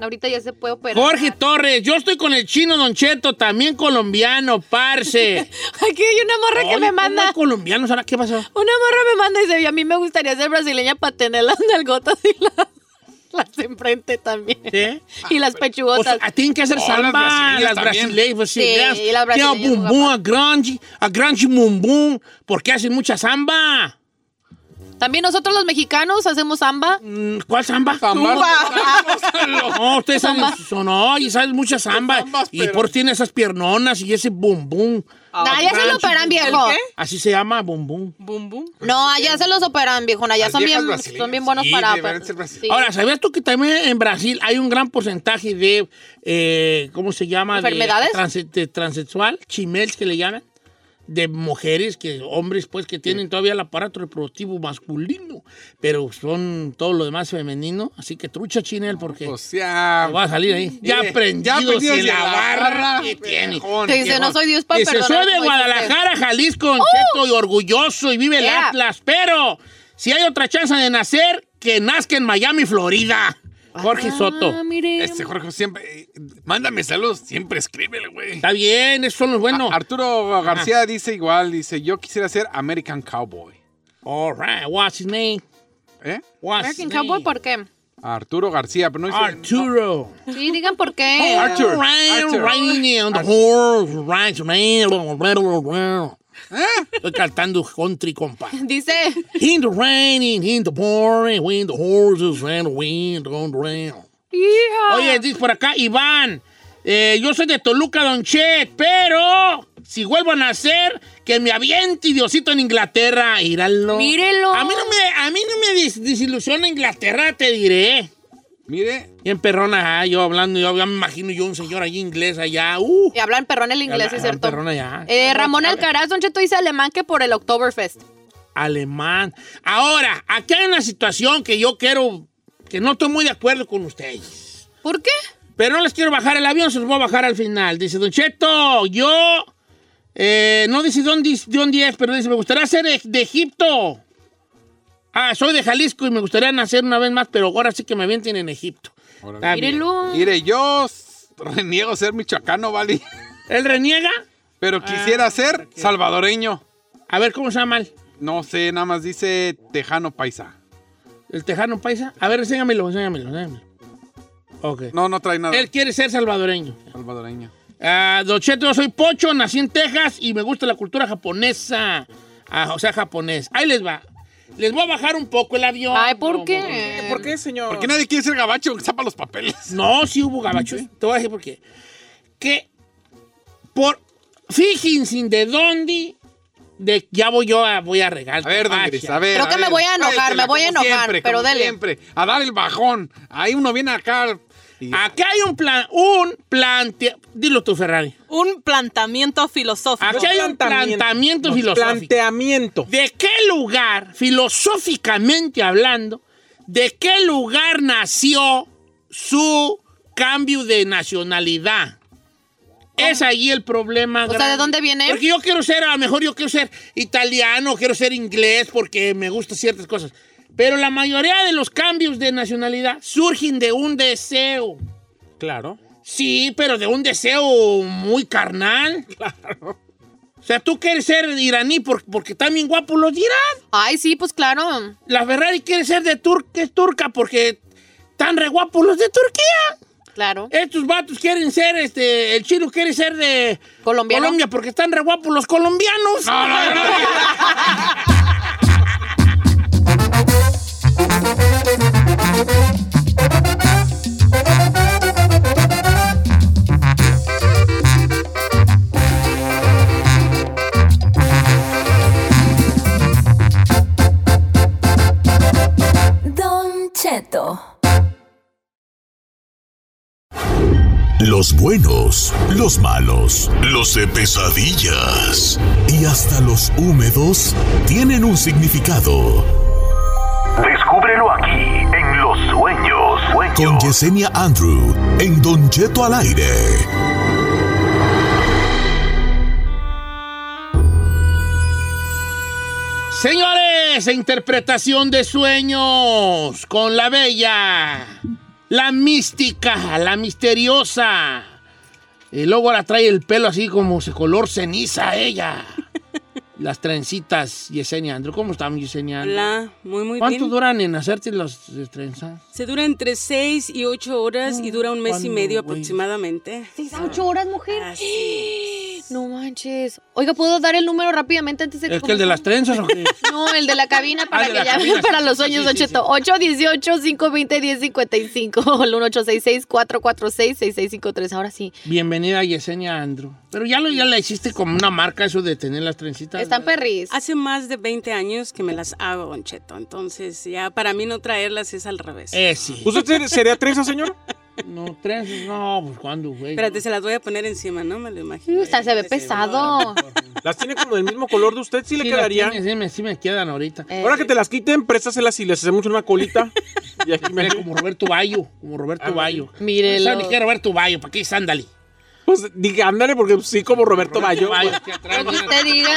A: Ahorita ya se puede operar.
B: Jorge Torres, yo estoy con el chino Don Cheto, también colombiano, parce.
A: Aquí hay una morra que
B: Oye,
A: me
B: ¿cómo
A: manda.
B: hay colombianos? ¿Ahora qué pasó?
A: Una morra me manda y dice, "Y a mí me gustaría ser brasileña para tener las nalgotas y las, las de enfrente también.
B: ¿Sí?
A: Y las
B: O
A: pechugotas.
B: sea, tienen que hacer pues,
E: Oh,
B: salva las
E: las brasileñas también.
B: brasileñas. brasileñas.
A: Sí, y las
B: Tienen
A: brasileñas
B: bum bum, a grande, a grande bum bum, porque hacen mucha samba.
A: También nosotros los mexicanos hacemos samba.
B: Mm, ¿Cuál samba? No, ustedes saben, son- no, y saben mucha samba.
E: Zambas,
B: y
E: pero-
B: por tiene esas piernonas y ese bum bum.
A: allá se lo operan, viejo.
G: ¿El qué?
B: Así se llama bum bum.
G: Bum, bum.
A: No, allá se los operan, viejona. Allá
E: Las
A: son
E: viejas
A: bien,
E: brasileñas.
A: son bien buenos
E: Sí,
A: para.
E: deberían ser brasileñas.
A: Sí.
B: Ahora, ¿sabías tú que también en Brasil hay un gran porcentaje de, eh, ¿cómo se llama? De
A: ¿Enfermedades?
B: transe- de transexual, chimels que le llaman, de mujeres, que hombres pues que tienen todavía el aparato reproductivo masculino, pero son todo lo demás femenino, así que trucha chinel porque
E: O sea...
B: te va a salir ahí. pues, Ya
E: eh,
B: aprendidos
E: aprendidos
B: en la barra que tiene.
E: viejón.
A: Que dice, Pues, no este, soy Dios para
B: Dice,
A: perdonar.
B: soy de
A: como dice usted.
B: Guadalajara, Jalisco, en cheto y orgulloso y vive el
A: Yeah.
B: Atlas, pero si hay otra chance de nacer, que nazca en Miami, Florida. Jorge Soto.
A: Ah, mire.
E: Este Jorge siempre. eh, mándame saludos, siempre escríbele, güey.
B: Está bien, esos son los buenos.
E: A- Arturo García dice igual, dice, yo quisiera ser American Cowboy.
B: All right, what's his name?
E: ¿Eh?
B: What's his name?
A: American Cowboy, ¿por qué?
E: Arturo García, pero no dice...
B: Arturo.
A: Sí, digan por qué.
E: Arthur,
B: Ryan,
E: Arthur.
B: Ryan on the horse, Ryan, Ryan, Ryan, Ryan. Estoy cantando country, compa.
A: Dice,
B: In the rain, in, in the pouring, when the horses and the wind on the rail.
A: hija.
B: Oye, dice por acá, Iván. eh, yo soy de Toluca, Don Che, pero si vuelvo a nacer, que me aviente Diosito en Inglaterra. Íralo.
A: Mírelo.
B: A mí no me, a mí no me dis- desilusiona Inglaterra, te diré.
E: Mire,
B: Bien perrona, ah, yo hablando, yo ya me imagino yo un señor allí inglés allá. Uh,
A: Y hablan perrón el inglés,
B: Hablan
A: es cierto.
B: perrón allá.
A: Eh, Ramón
B: A-
A: Alcaraz, Don Cheto dice alemán que por el Oktoberfest.
B: alemán. Ahora, aquí hay una situación que yo quiero, que no estoy muy de acuerdo con ustedes.
A: ¿Por qué?
B: Pero no les quiero bajar el avión, se los voy a bajar al final. Dice Don Cheto, yo. eh, no dice dónde, es- dónde es, pero dice, me gustaría ser e- de Egipto. Ah, soy de Jalisco y me gustaría nacer una vez más, pero ahora sí que me avienten en Egipto. Está bien.
A: Mírelo.
E: mire, yo s- reniego ser michoacano, ¿vale?
B: ¿Él reniega?
E: Pero quisiera ser salvadoreño.
B: A ver, ¿cómo se llama el,
E: No sé, nada más dice tejano paisa.
B: el tejano paisa? A ver, enséñamelo, enséñamelo, enséñamelo. Ok.
E: No, no trae nada.
B: Él quiere ser salvadoreño.
E: Salvadoreño.
B: Ah, Don Cheto, yo soy Pocho, nací en Texas y me gusta la cultura japonesa. Ah, o sea, japonés. Ahí les va. Les voy a bajar un poco el avión.
A: Ay, ¿por
B: No,
A: qué?
C: ¿Por qué, señor?
E: ¿Por qué nadie quiere ser gabacho? Que Zapa los papeles.
B: No, sí hubo gabacho. ¿eh? Te voy a decir por qué. Que por fíjense de dónde de ya voy yo a, voy a regalar.
E: A ver, don
B: Vaya.
E: Gris, a ver.
A: Creo que
E: ver.
A: me voy a enojar,
E: Cállate,
A: me voy a
E: como
A: enojar,
E: siempre,
A: pero
E: como
A: dele.
E: siempre, a dar el bajón. Ahí uno viene acá. y-
B: Aquí hay un plan, un plante, dilo tú Ferrari.
G: Un planteamiento filosófico.
B: Aquí hay un planteamiento filosófico.
C: Planteamiento.
B: ¿De qué lugar, filosóficamente hablando, de qué lugar nació su cambio de nacionalidad? Es ahí el problema.
A: O sea,
B: grande.
A: ¿de dónde viene?
B: Porque yo quiero ser, a lo mejor yo quiero ser italiano, quiero ser inglés, porque me gustan ciertas cosas. Pero la mayoría de los cambios de nacionalidad surgen de un deseo.
C: Claro.
B: Sí, pero de un deseo muy carnal. Claro. O sea, tú quieres ser iraní por- porque están bien guapos los de Irán.
A: Ay, sí, pues claro.
B: La Ferrari quiere ser de tur- que es turca porque están re guapos los de Turquía.
A: Claro.
B: Estos vatos quieren ser, este, el chino quiere ser de
A: Colombiano.
B: Colombia porque están re guapos los colombianos.
E: No, no, no, no.
F: Don Cheto.
I: Los buenos, los malos, los de pesadillas y hasta los húmedos tienen un significado.
J: Descúbrelo aquí en Los Sueños.
I: Con Yesenia Andrew en Don Cheto al aire.
B: Señores, interpretación de sueños con la bella, la mística, la misteriosa. Y luego la trae el pelo así como se color ceniza ella. Las trencitas, Yesenia Andrew. ¿Cómo están, Yesenia? Andrew?
K: Hola, muy muy
B: ¿Cuánto
K: bien.
B: duran en hacerte las eh, trenzas?
K: Se dura entre 6 y 8 horas y dura un mes y
B: ¿cuándo,
K: medio
B: güey?
K: aproximadamente.
A: ¿Seis a ocho horas, mujer?
K: Así es.
A: Ah, No manches. Oiga, ¿puedo dar el número rápidamente antes de
B: ¿Es que el de las trenzas o qué?
A: No, el de la cabina para
B: Ah, de
A: que
B: la
A: llamen
B: cabina,
A: para
B: sí,
A: los
B: sí,
A: sueños,
B: sí,
A: Don
B: sí,
A: Cheto. 818-520-1055 o el 1866-446-6653. Ahora sí.
B: Bienvenida, Yesenia Andrew. Pero ya lo ya la hiciste como una marca eso de tener las trencitas.
A: Están perris.
K: Hace más de 20 años que me las hago, Don Cheto. Entonces, ya para mí no traerlas es al revés.
B: Eh, sí.
C: ¿Usted ser- sería trenza, señor?
B: No, trenzas, no, pues cuándo, güey.
K: Espérate, se las voy a poner encima, ¿no? Me lo imagino.
A: Hasta se ve
K: De seguro.
A: pesado.
C: Las tiene como del mismo color de usted,
B: Sí
C: sí, le
B: las
C: quedaría.
B: tienes, sí, me, sí me quedan ahorita.
A: Eh,
C: Ahora que te las quiten, préstaselas y les hacemos una colita. y
B: Eh,
C: aquí me...
B: Mira, como Roberto Bayo, como Roberto Bayo.
A: Mírelo.
B: ¿Sabes qué Roberto Bayo? ¿Para qué sándale?
C: Pues diga, ándale, porque sí, como Roberto Bayo.
A: Como usted diga.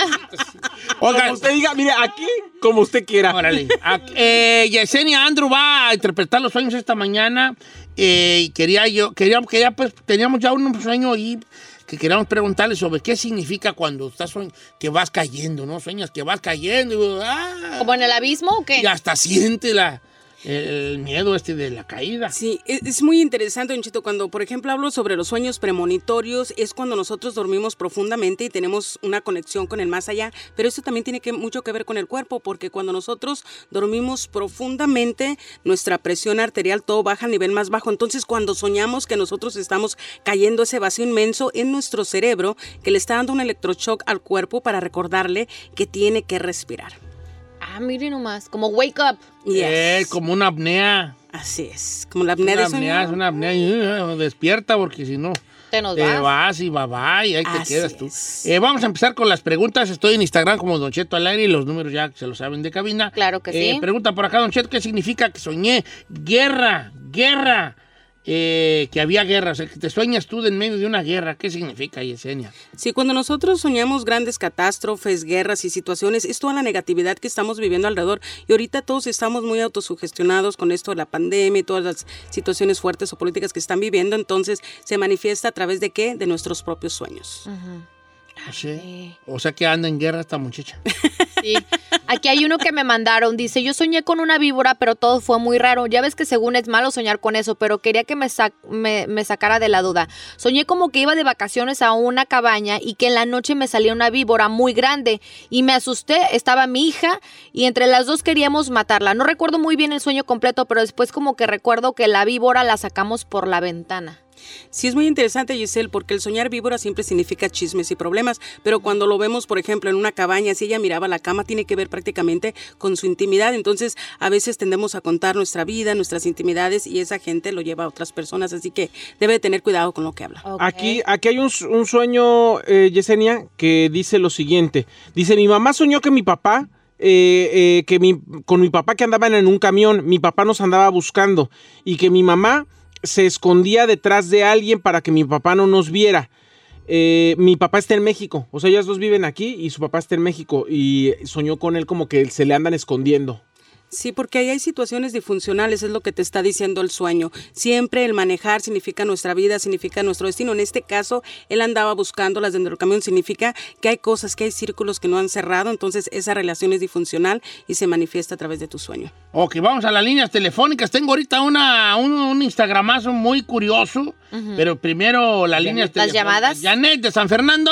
C: Como usted diga, mire, aquí, como usted quiera.
B: Órale. A- eh, Yesenia Andrew va a interpretar los sueños esta mañana. eh, y quería yo, quería, quería, pues, teníamos ya un sueño ahí que queríamos preguntarle sobre qué significa cuando estás soñ- que vas cayendo, ¿no? Sueñas que vas cayendo. y, ah,
A: ¿Como en el abismo o qué?
B: y hasta sientes la, el, el miedo este de la caída.
K: Sí, es, es muy interesante, Don Cheto, cuando, por ejemplo, hablo sobre los sueños premonitorios, es cuando nosotros dormimos profundamente y tenemos una conexión con el más allá, pero eso también tiene que, mucho que ver con el cuerpo, porque cuando nosotros dormimos profundamente, nuestra presión arterial todo baja al nivel más bajo, entonces cuando soñamos que nosotros estamos cayendo ese vacío inmenso en nuestro cerebro, que le está dando un electroshock al cuerpo para recordarle que tiene que respirar.
A: Ah, mire nomás. Como wake up.
B: Eh, como una apnea.
K: Así es, como la apnea
B: una
K: de
B: apnea,
K: sueño.
B: es una apnea. y, eh, despierta porque si no...
A: Te nos
B: Te
A: vas.
B: vas y bye bye, ahí te
K: Así
B: quedas tú. Eh, vamos a empezar con las preguntas. Estoy en Instagram como Don Cheto al aire y los números ya se lo saben de cabina.
A: Claro que
B: Eh,
A: sí.
B: Pregunta por acá, Don Cheto, ¿qué significa que soñé guerra, guerra? Eh, que había guerra, o sea, que te sueñas tú de en medio de una guerra. ¿Qué significa, Yesenia?
K: Sí, cuando nosotros soñamos grandes catástrofes, guerras y situaciones, es toda la negatividad que estamos viviendo alrededor. Y ahorita todos estamos muy autosugestionados con esto de la pandemia y todas las situaciones fuertes o políticas que están viviendo. Entonces, se manifiesta a través de qué? De nuestros propios sueños.
B: No sé. O sea, que anda en guerra esta muchacha.
A: Sí. Aquí hay uno que me mandaron. Dice, yo soñé con una víbora, pero todo fue muy raro. Ya ves que según es malo soñar con eso, pero quería que me, sac- me, me sacara de la duda. Soñé como que iba de vacaciones a una cabaña y que en la noche me salía una víbora muy grande y me asusté. Estaba mi hija y entre las dos queríamos matarla. No recuerdo muy bien el sueño completo, pero después como que recuerdo que la víbora la sacamos por la ventana.
K: Sí, es muy interesante, Giselle, porque el soñar víbora siempre significa chismes y problemas, pero cuando lo vemos, por ejemplo, en una cabaña, si ella miraba la cama, tiene que ver prácticamente con su intimidad. Entonces, a veces tendemos a contar nuestra vida, nuestras intimidades, y esa gente lo lleva a otras personas, así que debe de tener cuidado con lo que habla.
C: Aquí, aquí hay un, s- un sueño, eh, Yesenia, que dice lo siguiente. Dice, mi mamá soñó que mi papá, eh, eh, que mi, con mi papá que andaban en un camión, mi papá nos andaba buscando y que mi mamá se escondía detrás de alguien para que mi papá no nos viera. Eh, mi papá está en México, o sea, ellas dos viven aquí y su papá está en México y soñó con él como que se le andan escondiendo.
K: Sí, porque ahí hay situaciones disfuncionales, es lo que te está diciendo el sueño. Siempre el manejar significa nuestra vida, significa nuestro destino. En este caso, él andaba buscándolas dentro del camión, significa que hay cosas, que hay círculos que no han cerrado, entonces esa relación es disfuncional y se manifiesta a través de tu sueño.
B: Ok, vamos a las líneas telefónicas. Tengo ahorita una, un, un Instagramazo muy curioso,
A: Ujú.
B: pero primero las líneas
A: ¿Las
B: telefónicas.
A: llamadas?
B: Janet de San Fernando,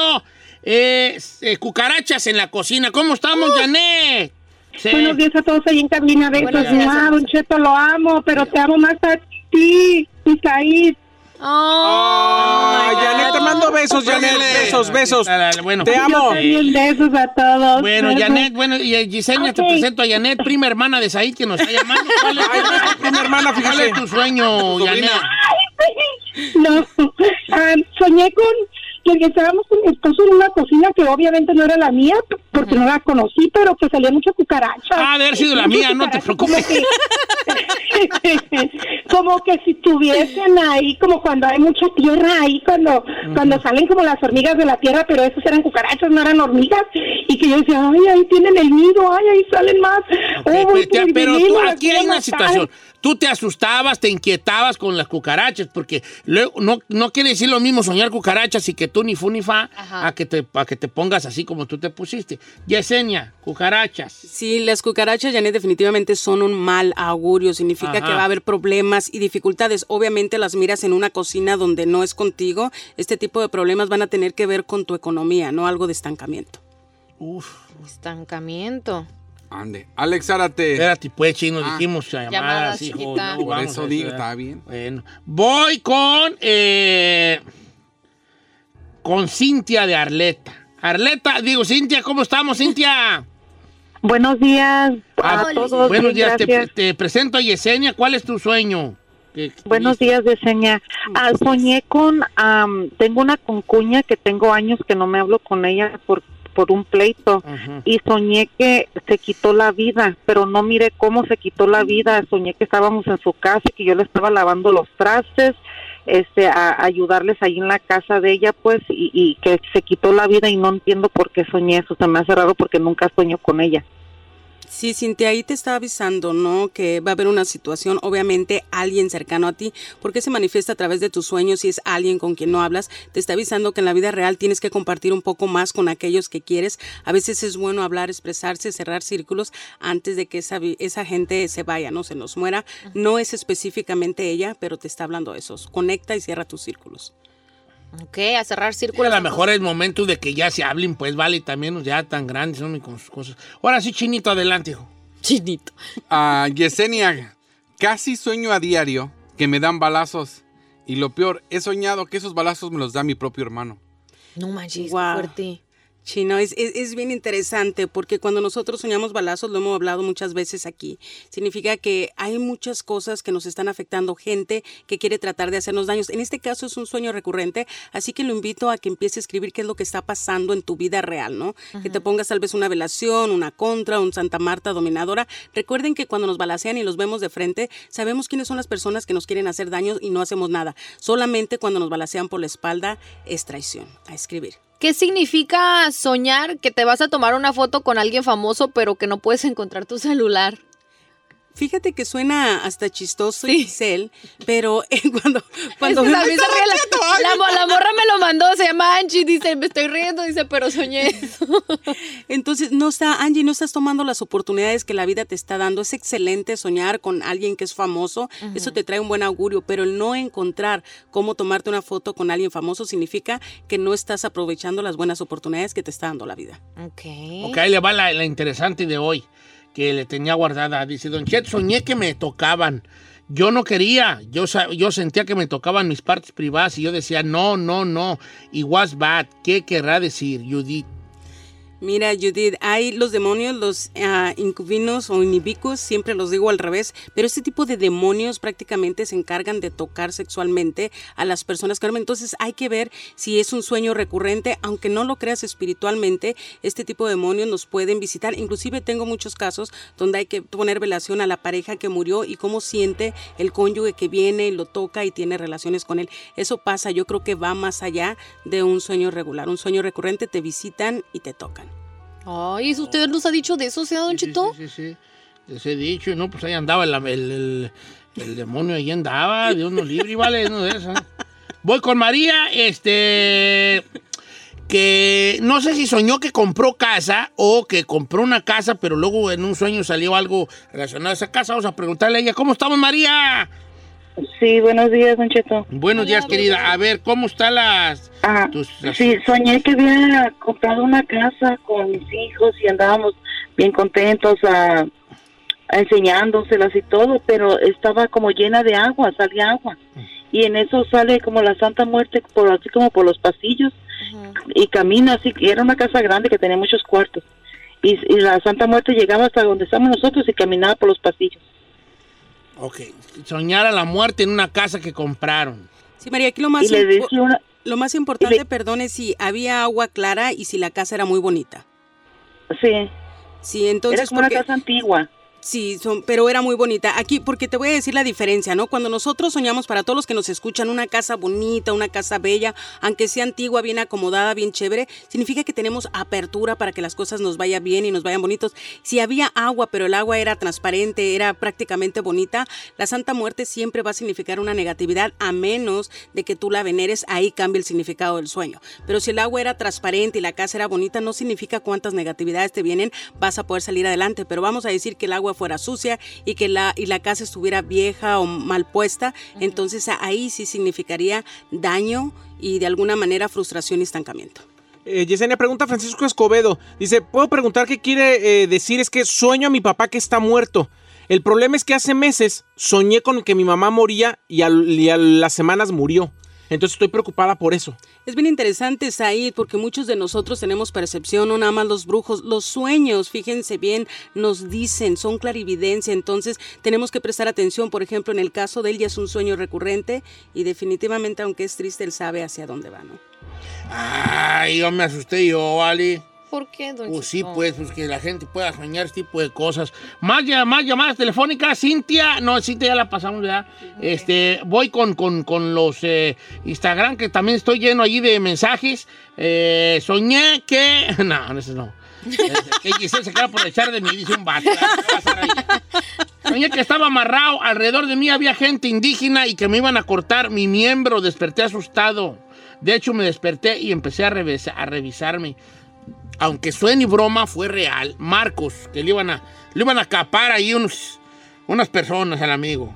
B: eh, eh, cucarachas en la cocina. ¿Cómo estamos, Janet? Sí.
L: Buenos días a todos ahí en cabina de
B: Buenos
L: estos.
B: días,
L: Ah, Don Cheto, lo amo, pero te amo más a ti, Isaí.
C: Ay, Janet, te mando besos, Janet. Besos, besos. te amo.
L: besos a todos.
B: Bueno,
C: Besos.
B: Janet, bueno, y eh, Gisenia, te
L: Ok.
B: presento a Janet, prima hermana de Said, que nos está llamando. ¿Cuál es,
C: prima hermana,
B: ¿Cuál es tu sueño, Janet?
L: No, ah, soñé con que estábamos con mi esposo en una cocina que obviamente no era la mía, p- porque no la conocí, pero que salía mucha cucaracha.
B: Ah, de haber sido la mía, no te preocupes.
L: como que si estuviesen ahí, como cuando hay mucha tierra ahí, cuando cuando salen como las hormigas de la tierra, pero esos eran cucarachas, no eran hormigas, y que yo decía, ay, ahí tienen el nido, ay, ahí salen más. Oh, voy
B: Pues,
L: por el
B: pero
L: veneno,
B: tú-
L: las
B: aquí
L: voy a
B: hay una
L: matar.
B: situación. Tú te asustabas, te inquietabas con las cucarachas, porque luego no, no quiere decir lo mismo soñar cucarachas y que tú ni fu ni fa, a que, te, a que te pongas así como tú te pusiste. Yesenia, cucarachas.
K: Sí, las cucarachas, Janet, definitivamente son un mal augurio. Significa
B: Ajá.
K: que va a haber problemas y dificultades. Obviamente las miras en una cocina donde no es contigo. Este tipo de problemas van a tener que ver con tu economía, no algo de estancamiento.
A: Estancamiento.
E: Ande. Alex Zárate.
B: Espérate, pues, chino, dijimos llamadas,
A: Llamadas,
B: hijo,
A: chiquita.
B: no,
E: ah, Por
B: vamos
E: eso
B: a
E: digo,
B: hacer-
E: está bien.
B: Bueno, voy con. eh, con Cintia de Arleta. Arleta, digo, Cintia, ¿cómo estamos, Cintia?
M: Buenos días a
B: Ah,
M: todos.
B: Buenos
M: bien,
B: días, te,
M: gracias.
B: te presento a Yesenia. ¿Cuál es tu sueño? ¿Qué- qué
M: Buenos días, Yesenia. Ah, soñé con, am, tengo una concuña que tengo años que no me hablo con ella por, por un pleito y soñé que se quitó la vida, pero no miré cómo se quitó la vida. Soñé que estábamos en su casa y que yo le estaba lavando los trastes este, a ayudarles ahí en la casa de ella, pues, y, y que se quitó la vida y no entiendo por qué soñé eso. Se me hace raro porque nunca sueño con ella.
K: Sí, Cintia, ahí te está avisando, ¿no? Que va a haber una situación, obviamente alguien cercano a ti, porque se manifiesta a través de tus sueños, si es alguien con quien no hablas, te está avisando que en la vida real tienes que compartir un poco más con aquellos que quieres. A veces es bueno hablar, expresarse, cerrar círculos antes de que esa, vi- esa gente se vaya, ¿no? Se nos muera. No es específicamente ella, pero te está hablando de esos. Conecta y cierra tus círculos.
A: Ok, a cerrar
B: A
A: círculos.
B: lo mejor es momento de que ya se hablen, pues vale, también ya tan grandes son con sus cosas. Ahora sí, Chinito, adelante, hijo.
A: Chinito.
E: Ah, Yesenia, casi sueño a diario que me dan balazos. Y lo peor, he soñado que esos balazos me los da mi propio hermano.
A: No manches,
K: Guau.
A: fuerte.
K: Chino, es, es, es bien interesante porque cuando nosotros soñamos balazos, lo hemos hablado muchas veces aquí, significa que hay muchas cosas que nos están afectando, gente que quiere tratar de hacernos daños. En este caso es un sueño recurrente, así que lo invito a que empiece a escribir qué es lo que está pasando en tu vida real, ¿no? Que te pongas tal vez una velación, una contra, un Santa Marta dominadora. Recuerden que cuando nos balacean y los vemos de frente, sabemos quiénes son las personas que nos quieren hacer daño y no hacemos nada. Solamente cuando nos balacean por la espalda es traición. A escribir.
A: ¿Qué significa soñar que te vas a tomar una foto con alguien famoso pero que no puedes encontrar tu celular?
K: Fíjate que suena hasta chistoso, Giselle, pero eh, cuando, cuando
A: es que
K: me-
A: también se ríe la, la mo- la morra me lo mandó, se llama Angie, dice, me estoy riendo, dice, pero soñé eso.
K: Entonces, no está, Angie, no estás tomando las oportunidades que la vida te está dando. Es excelente soñar con alguien que es famoso,
A: Ujú.
K: eso te trae un buen augurio, pero el no encontrar cómo tomarte una foto con alguien famoso significa que no estás aprovechando las buenas oportunidades que te está dando la vida.
B: Ok, ahí le va la, la interesante de hoy, que le tenía guardada. Dice, Don Chet, soñé que me tocaban. Yo no quería, yo, sa- yo sentía que me tocaban mis partes privadas y yo decía, no, no, no. Y was bad, ¿qué querrá decir, Judith?
K: Mira, Judith, hay los demonios, los ah, incubinos o inhibicos, siempre los digo al revés, pero este tipo de demonios prácticamente se encargan de tocar sexualmente a las personas, Carmen. Entonces hay que ver si es un sueño recurrente, aunque no lo creas espiritualmente, este tipo de demonios nos pueden visitar. Inclusive tengo muchos casos donde hay que poner velación a la pareja que murió y cómo siente el cónyuge que viene, lo toca y tiene relaciones con él. Eso pasa, yo creo que va más allá de un sueño regular. Un sueño recurrente te visitan y te tocan.
A: Ay, ¿eso ¿usted nos ha dicho de eso, sea Don Chito?
B: Sí, sí. Les he dicho, y no, pues ahí andaba el, el- el- el demonio, ahí andaba, de uno libre, y vale, no de eso. Voy con María, este, que no sé si soñó que compró casa o que compró una casa, pero luego en un sueño salió algo relacionado a esa casa. Vamos a preguntarle a ella, ¿cómo estamos, María?
N: Sí, buenos días, Don Cheto.
B: Buenos días, querida. A ver, ¿cómo están las...
N: Ah,
B: tus- las-
N: sí, soñé que había comprado una casa con mis hijos y andábamos bien contentos a, a enseñándoselas y todo, pero estaba como llena de agua, salía agua. Y en eso sale como la Santa Muerte, por así como por los pasillos, y camina así. y Era una casa grande que tenía muchos cuartos. Y, y la Santa Muerte llegaba hasta donde estamos nosotros y caminaba por los pasillos.
B: Ok, soñar a la muerte en una casa que compraron.
K: Sí, María, aquí lo más,
B: Y le
K: impo-
B: dije una-
K: lo más importante, perdón, es si había agua clara y si la casa era muy bonita.
N: Sí.
K: Sí, entonces...
N: Era como una casa antigua.
K: Sí, son, pero era muy bonita. Aquí, porque te voy a decir la diferencia, ¿no? Cuando nosotros soñamos, para todos los que nos escuchan, una casa bonita, una casa bella, aunque sea antigua, bien acomodada, bien chévere, significa que tenemos apertura para que las cosas nos vayan bien y nos vayan bonitos. Si había agua, pero el agua era transparente, era prácticamente bonita, la Santa Muerte siempre va a significar una negatividad, a menos de que tú la veneres, ahí cambia el significado del sueño. Pero si el agua era transparente y la casa era bonita, no significa cuántas negatividades te vienen, vas a poder salir adelante. Pero vamos a decir que el agua fuera sucia y que la, y la casa estuviera vieja o mal puesta, entonces a- ahí sí significaría daño y de alguna manera frustración y estancamiento.
C: Eh, Yesenia pregunta a Francisco Escobedo. Dice, ¿puedo preguntar qué quiere eh, decir? Es que sueño a mi papá que está muerto. El problema es que hace meses soñé con que mi mamá moría y, al- y a las semanas murió. Entonces estoy preocupada por eso.
K: Es bien interesante, Said, porque muchos de nosotros tenemos percepción, no nada más los brujos, los sueños, fíjense bien, nos dicen, son clarividencia, entonces tenemos que prestar atención, por ejemplo, en el caso de él ya es un sueño recurrente y definitivamente, aunque es triste, él sabe hacia dónde va, ¿no?
B: Ay, yo me asusté yo, Ali.
A: ¿Por qué, don
B: Pues sí,
A: Cheto?
B: pues, pues que la gente pueda soñar este tipo de cosas. Más, llama- más llamadas telefónicas, Cintia, no, Cintia ya la pasamos, ¿verdad? Este, voy con, con, con los eh, Instagram, que también estoy lleno allí de mensajes. Eh, soñé que... No, no, eso no. Este, Que Giselle se quiera aprovechar de mí, dice un vato. Soñé que estaba amarrado, alrededor de mí había gente indígena y que me iban a cortar mi miembro, desperté asustado. De hecho, me desperté y empecé a, revesa- a revisarme. Aunque suene broma, fue real. Marcos, que le iban a, le iban a capar ahí unos, unas personas al amigo.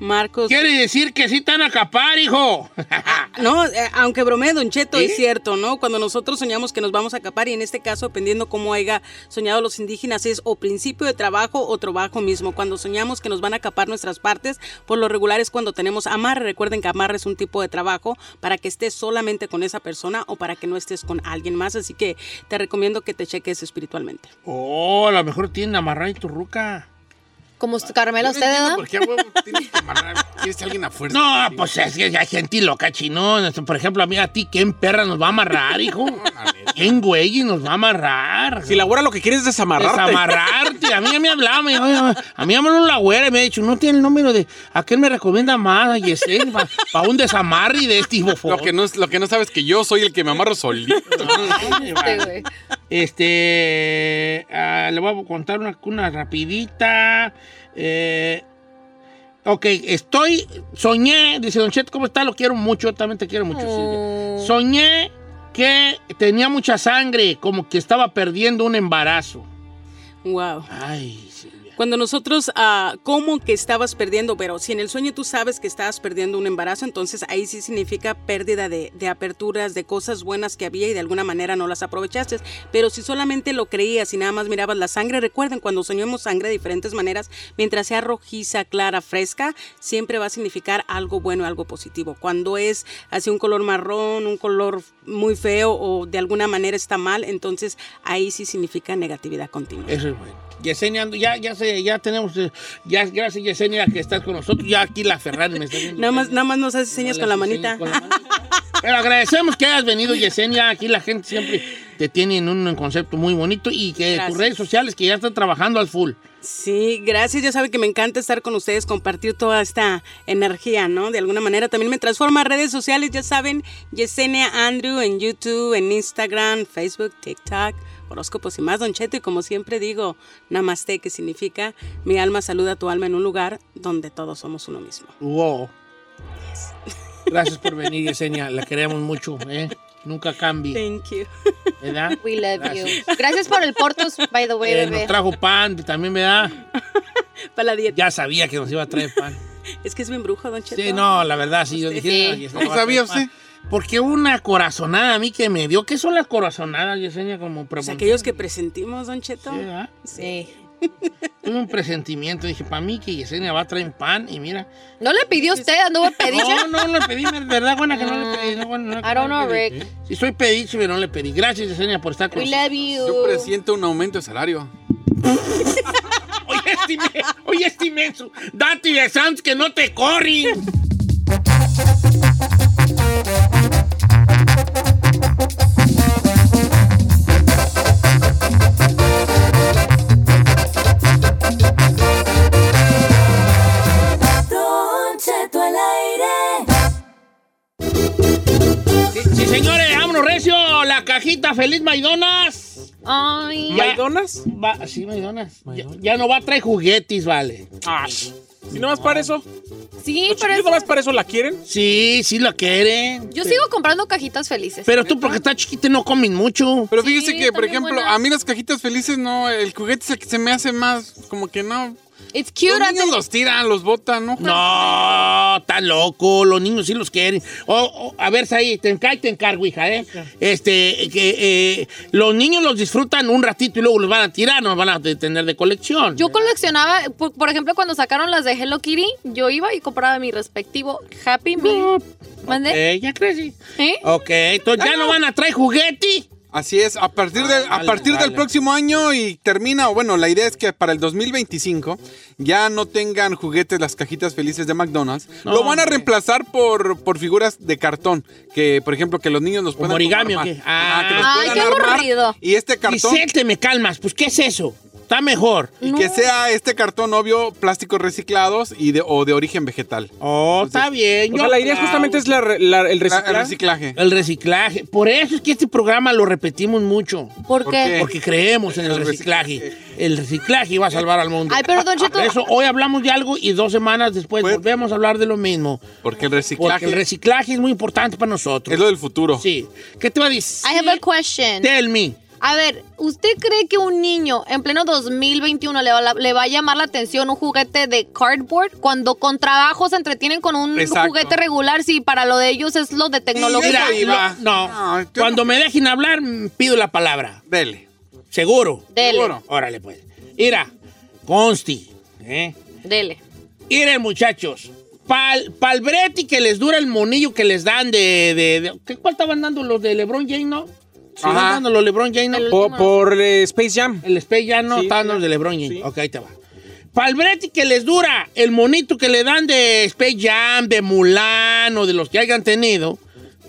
K: Marcos.
B: Quiere decir que sí están a capar, hijo.
K: No, eh, aunque bromee, Don Cheto,
B: ¿Sí?
K: es cierto, ¿no? Cuando nosotros soñamos que nos vamos a capar, y en este caso, dependiendo cómo haya soñado los indígenas, es o principio de trabajo o trabajo mismo. Cuando soñamos que nos van a capar nuestras partes, por lo regular es cuando tenemos amarre. Recuerden que amarre es un tipo de trabajo para que estés solamente con esa persona o para que no estés con alguien más. Así que te recomiendo que te cheques espiritualmente.
B: Oh, a lo mejor tienen amarrada y tu ruca.
A: Como Carmela,
E: Yo no
A: ¿usted,
E: entiendo
A: verdad?
E: por qué a huevo tienes que amarrar. Quieres a alguien a fuerza.
B: No, pues es que hay gente loca, chino. Por ejemplo, a mí, a ti, ¿quién perra nos va a amarrar, hijo? ¿Quién güey nos va a amarrar?
C: Si la güera lo que quiere es desamarrarte.
B: Desamarrarte. A mí ya me hablaba, me dijo, "Oye, a mí me habló la güera y me ha dicho, no tiene el número de a quién me recomienda más, y es para un desamarre de este bofón.
E: Lo que, no, es- lo que no sabes que yo soy el que me amarro solito.
B: Este, ah, le voy a contar una, una rapidita. Eh, ok, estoy, soñé, dice Don Chet, ¿cómo está? Lo quiero mucho, yo también te quiero mucho.
K: Oh.
B: Silvia. Soñé que tenía mucha sangre, como que estaba perdiendo un embarazo.
K: Wow.
B: Ay, sí.
K: Cuando nosotros, ah, ¿cómo que estabas perdiendo? Pero si en el sueño tú sabes que estabas perdiendo un embarazo, entonces ahí sí significa pérdida de, de aperturas, de cosas buenas que había y de alguna manera no las aprovechaste. Pero si solamente lo creías y nada más mirabas la sangre, recuerden, cuando soñamos sangre de diferentes maneras, mientras sea rojiza, clara, fresca, siempre va a significar algo bueno, algo positivo. Cuando es así un color marrón, un color muy feo o de alguna manera está mal, entonces ahí sí significa negatividad continua.
B: Eso es bueno. Yesenia, ando- ya, ya, sé, ya tenemos, eh, ya, gracias Yesenia que estás con nosotros, ya aquí la Ferrari me está viendo.
K: Nada más, nada más nos hace señas con la
B: pues,
K: manita.
B: Pero agradecemos que hayas venido, Yesenia. Aquí la gente siempre te tiene en un concepto muy bonito y que
K: Gracias.
B: tus redes sociales que ya están trabajando al full.
K: Sí, gracias. Ya saben que me encanta estar con ustedes, compartir toda esta energía, ¿no? De alguna manera también me transforma a redes sociales. Ya saben, Yesenia Andrew en YouTube, en Instagram, Facebook, TikTok, horóscopos y más, Don Cheto. Y como siempre digo, Namaste, que significa mi alma saluda a tu alma en un lugar donde todos somos uno mismo.
B: Wow. Gracias por venir, Yesenia. La queremos mucho, ¿eh? Nunca cambie,
K: Thank you.
B: ¿verdad?
A: We love
B: Gracias.
A: you. Gracias por el Portos, by the way,
B: Eh,
A: bebé.
B: nos trajo pan también, ¿verdad?
K: Para la dieta.
B: Ya sabía que nos iba a traer pan.
K: Es que es bien brujo, Don Cheto.
B: Sí, no, la verdad, sí, yo
K: Usted.
B: dije.
K: Sí.
B: "Ay, esta
K: ¿Cómo
B: va a
K: sabía
B: ser pa-".
K: usted?
B: Porque una corazonada a mí que me dio. ¿Qué son las corazonadas, Yesenia? Como
K: Pues aquellos que presentimos, Don Cheto.
B: Sí, ¿verdad?
K: Sí.
B: Tuve un presentimiento. Dije, para mí que Yesenia va a traer pan. Y mira.
A: ¿No le pidió usted? ¿Anduvo pediche?
B: No, no le pedí, de verdad, buena que no le pedí. No, bueno, no,
A: I don't know,
B: no le pedí.
A: Rick.
B: Sí, soy pediche, pero no le pedí. Gracias, Yesenia, por estar con
A: We
B: nosotros.
A: love you.
E: Yo presiento un aumento de salario.
B: Oye, este, inmen- oye, este inmenso. Dati de Sanz, que no te corren.
F: Don Cheto al aire.
B: Sí, sí, señores, vámonos, Recio. La cajita feliz Maidonas.
A: Ay.
B: ¿Maidonas? sí, Maidonas. Ya, ya no va a traer juguetes, vale.
C: Si no más para eso.
A: Sí, pero
C: Si
A: es-
C: no más para eso la quieren.
B: Sí, sí lo quieren.
A: yo sigo comprando cajitas felices.
B: Pero tú, porque estás chiquita, no comes mucho.
E: Pero fíjese que, por
A: también
E: ejemplo,
A: buenas.
E: a mí las cajitas felices no, el juguete es el que se me hace más, como que no.
A: It's cute.
E: los niños
A: antes-
E: los tiran, los botan, ¿no?
B: No, está loco, los niños sí los quieren. O- o, a ver, ahí te encargo, te encargo, hija, ¿eh? Este, que eh, los niños los disfrutan un ratito y luego los van a tirar, nos van a tener de colección.
A: Yo coleccionaba, por, por ejemplo, cuando sacaron las de Hello Kitty, yo iba y compraba mi respectivo Happy Meal. ¿Mande?
B: Eh, ya crecí.
A: ¿Eh?
B: Ok, entonces ya no van a traer juguete.
E: Así es, a partir, del, a
B: Dale,
E: partir del
B: dale.
E: próximo año y termina, o bueno, la idea es que para el 2025 ya no tengan juguetes las cajitas felices de McDonald's.
B: No,
E: Lo van a
B: hombre.
E: reemplazar por, por figuras de cartón, que por ejemplo que los niños los puedan
B: origami o
E: armar.
B: qué?
E: Ah, que los
A: Ay,
E: puedan
A: qué
E: armar.
A: aburrido.
E: Y este cartón...
B: Vicente, me calmas, pues ¿qué es eso? Está mejor.
E: Y que sea este cartón, obvio, plásticos reciclados y de, o de origen vegetal.
B: Oh, está bien.
E: O
C: pues,
B: yo
E: sea, la idea
B: aplaudo.
E: justamente
C: es la re- la- el
E: La-
C: reciclaje.
E: el reciclaje.
B: El reciclaje. Por eso es que este programa lo repetimos mucho.
A: ¿Por ¿Por qué? qué?
B: Porque creemos en el reciclaje. El reciclaje va a salvar al mundo.
A: Ay, pero, Don Cheto-
B: Por eso hoy hablamos de algo y dos semanas después volvemos a hablar de lo mismo.
E: Porque el
B: Porque
E: reciclaje
B: el reciclaje es muy importante para nosotros.
E: es lo del futuro.
B: Sí. ¿Qué te va a decir?
A: I have a question.
B: Tell me.
A: A ver, ¿usted cree que un niño en pleno 2021 le va, a- le va a llamar la atención un juguete de cardboard cuando con trabajo se entretienen con un
B: Exacto.
A: juguete regular si para lo de ellos es lo de tecnología?
B: Mira, lo- no. Cuando me dejen hablar, mm, pido la palabra.
E: Dele.
B: ¿Seguro?
A: Dele. Seguro.
B: Órale, pues. Mira, consti. ¿eh?
A: Dele.
B: Miren, muchachos. Pal, palbreti que les dura el monillo que les dan de. de- de- ¿qué- ¿Cuál estaban dando los de LeBron James, no? Sí,
C: Ajá.
B: estaban dando los LeBron James, ¿no?
C: Por, por, eh, Space Jam.
B: El Space Jam no,
C: Sí,
B: estaban
C: sí.
B: dando los de LeBron James. Ok, ahí te va. Palbreti que les dura el monito que le dan de Space Jam, de Mulan o de los que hayan tenido,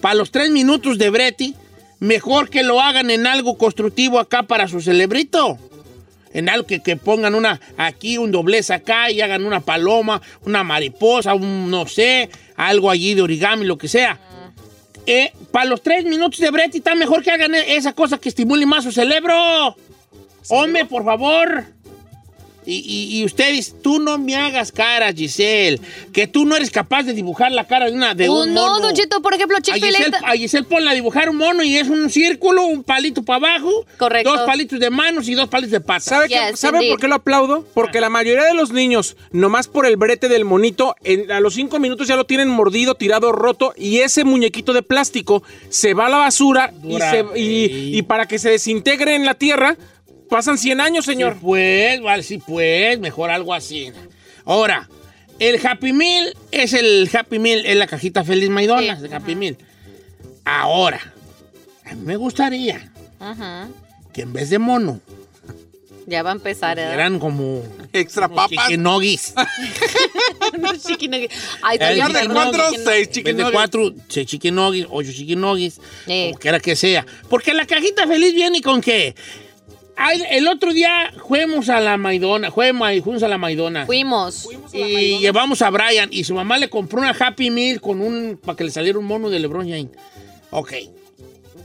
B: para los tres minutos de Breti, mejor que lo hagan en algo constructivo acá para su celebrito. En algo que, que pongan una aquí, un doblez acá y hagan una paloma, una mariposa, un no sé, algo allí de origami, lo que sea. para los tres minutos de Breti está mejor que hagan e- esa cosa que estimule más su cerebro. Hombre, por favor. Y, y- y ustedes, tú no me hagas cara, Giselle, que tú no eres capaz de dibujar la cara de una de
A: Uh,
B: un
A: no,
B: mono.
A: Don Cheto, por ejemplo,
B: A
A: Chick-fil-A
B: Giselle,
A: está-
B: a Giselle ponla a dibujar un mono y es un círculo, un palito para abajo,
A: Correcto.
B: dos palitos de manos y dos palitos de patas.
C: ¿Sabe, qué-
A: Yes,
C: sabe
A: indeed.
C: por qué lo aplaudo? Porque la mayoría de los niños, nomás por el brete del monito, en- a los cinco minutos ya lo tienen mordido, tirado, roto, y ese muñequito de plástico se va a la basura y,
B: Dura,
C: se- y- y para que se desintegre en la tierra, pasan 100 años, señor.
B: Sí, pues, vale, sí, pues, mejor algo así. Ahora, el Happy Meal es el Happy Meal, es la cajita feliz Maidona, el Happy Meal. Ahora, a mí me gustaría
A: Ajá.
B: que en vez de mono,
A: Ya va a empezar, ¿eh?
B: eran como
E: Extra papas.
B: chiquinogis.
A: Unos chiquinegui- Ay,
B: En
A: señor,
B: lugar de
A: perdón,
B: cuatro,
A: chiquine-
B: En
E: seis
B: vez de
E: chiquinogis.
B: cuatro, seis chiquinogis, ocho chiquinogis,
A: Eh.
B: como quiera que sea. Porque la cajita feliz viene con que el otro día juguemos a la Maidona, juguemos a- juguemos a la Maidona.
A: Fuimos.
B: Y llevamos a Brian y su mamá le compró una Happy Meal con un para que le saliera un mono de LeBron James. Ok.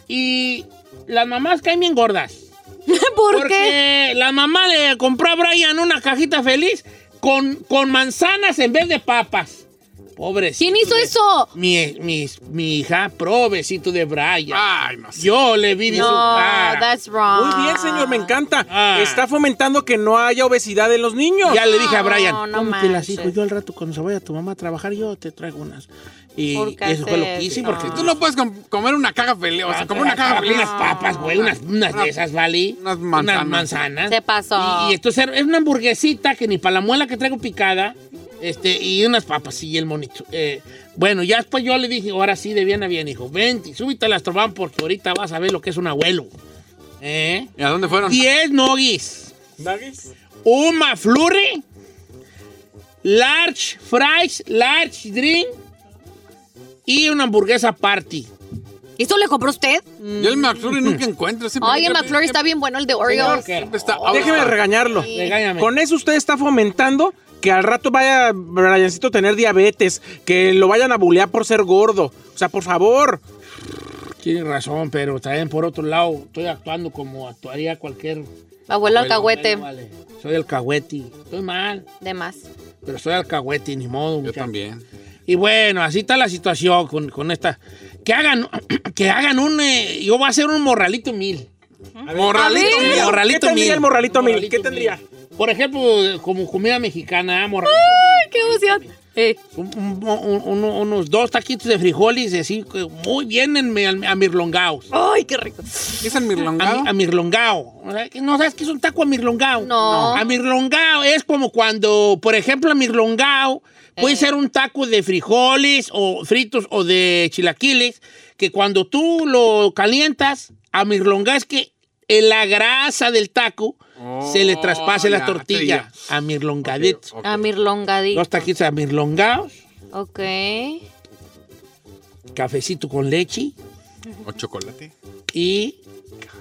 B: Y las mamás caen bien gordas.
A: ¿Por qué?
B: Porque la mamá le compró a Brian una cajita feliz con, con manzanas en vez de papas. Pobre.
A: ¿Quién hizo eso?
B: Mi, mi, mi hija, provecito de Brian.
E: Ay, no sé.
B: Yo le vi de su
A: Ah.
B: cara.
A: No, that's wrong.
C: Muy bien, señor, me encanta.
B: Ah.
C: Está fomentando que no haya obesidad en los niños.
B: Ya le dije a Brian,
A: No,
B: no,
A: no
B: te las
A: manches.
B: hijo? Yo al rato cuando se vaya tu mamá a trabajar, yo te traigo unas. Y
A: ¿Por qué
B: eso fue lo que
A: haces
B: hice,
A: eso?
B: porque
E: Tú no puedes com- comer una caja feliz, o sea, comer una caja feliz.
B: Unas papas, güey, unas, unas de esas, ¿vale?
E: Unas manzanas.
B: Unas manzanas.
A: Se pasó.
B: Y, y entonces es una hamburguesita que ni para la muela que traigo picada, este, y unas papas, y el monito. Eh, bueno, ya después yo le dije, ahora sí, de bien a bien, hijo, vente, súbete al Astroban porque ahorita vas a ver lo que es un abuelo. ¿Eh?
E: ¿Y a dónde fueron?
B: Diez noggies. Uma flurry, large fries, large drink y una hamburguesa party.
A: ¿Eso le compró usted?
E: Yo el
B: Mm.
E: McFlurry nunca encuentro. siempre-
A: Ay, el McFlurry está bien bueno, el de Oreos.
B: Señor,
E: siempre está
B: Oh,
E: out of
C: Déjeme
E: stock.
C: regañarlo.
B: Regáñame.
C: Con eso usted está fomentando que al rato vaya Briancito a tener diabetes, que lo vayan a bulear por ser gordo. O sea, por favor.
B: Tienes razón, pero también por otro lado estoy actuando como actuaría cualquier...
A: Abuelo alcahuete.
B: Bueno, vale. Soy alcahuete. Estoy mal,
A: De más.
B: pero soy alcahuete, ni modo.
E: Yo
B: muchacho.
E: también.
B: Y bueno, así está la situación con, con esta... Que hagan, que hagan un... eh, yo voy a hacer un morralito mil.
E: Morralito.
B: El
E: mira.
B: morralito
C: ¿Qué tendría
B: mil.
C: el morralito mil?
B: Morralito
C: ¿Qué tendría?
B: Por ejemplo, como comida mexicana, ah, morralito.
A: ¡Qué emoción!
K: Eh,
B: Un- un- un- un- unos dos taquitos de frijoles así, que muy bien en- a mirlongaos.
A: ¡Ay, qué rico!
B: ¿Es a mirlongao? A, mirlongao. O sea, que ¿No sabes qué es un taco a mirlongao?
A: No.
B: A mirlongao es como cuando, por ejemplo, a mirlongao puede
E: Eh.
B: ser un taco de frijoles o fritos o de chilaquiles, que cuando tú lo calientas, a mirlongao es que en la grasa del taco se le
E: Oh,
B: traspase la
A: ya,
B: tortilla. A mirlongadito.
A: A mirlongadito.
B: Dos taquitos a mirlongaos,
A: Ok.
B: cafecito con leche.
E: O chocolate.
B: y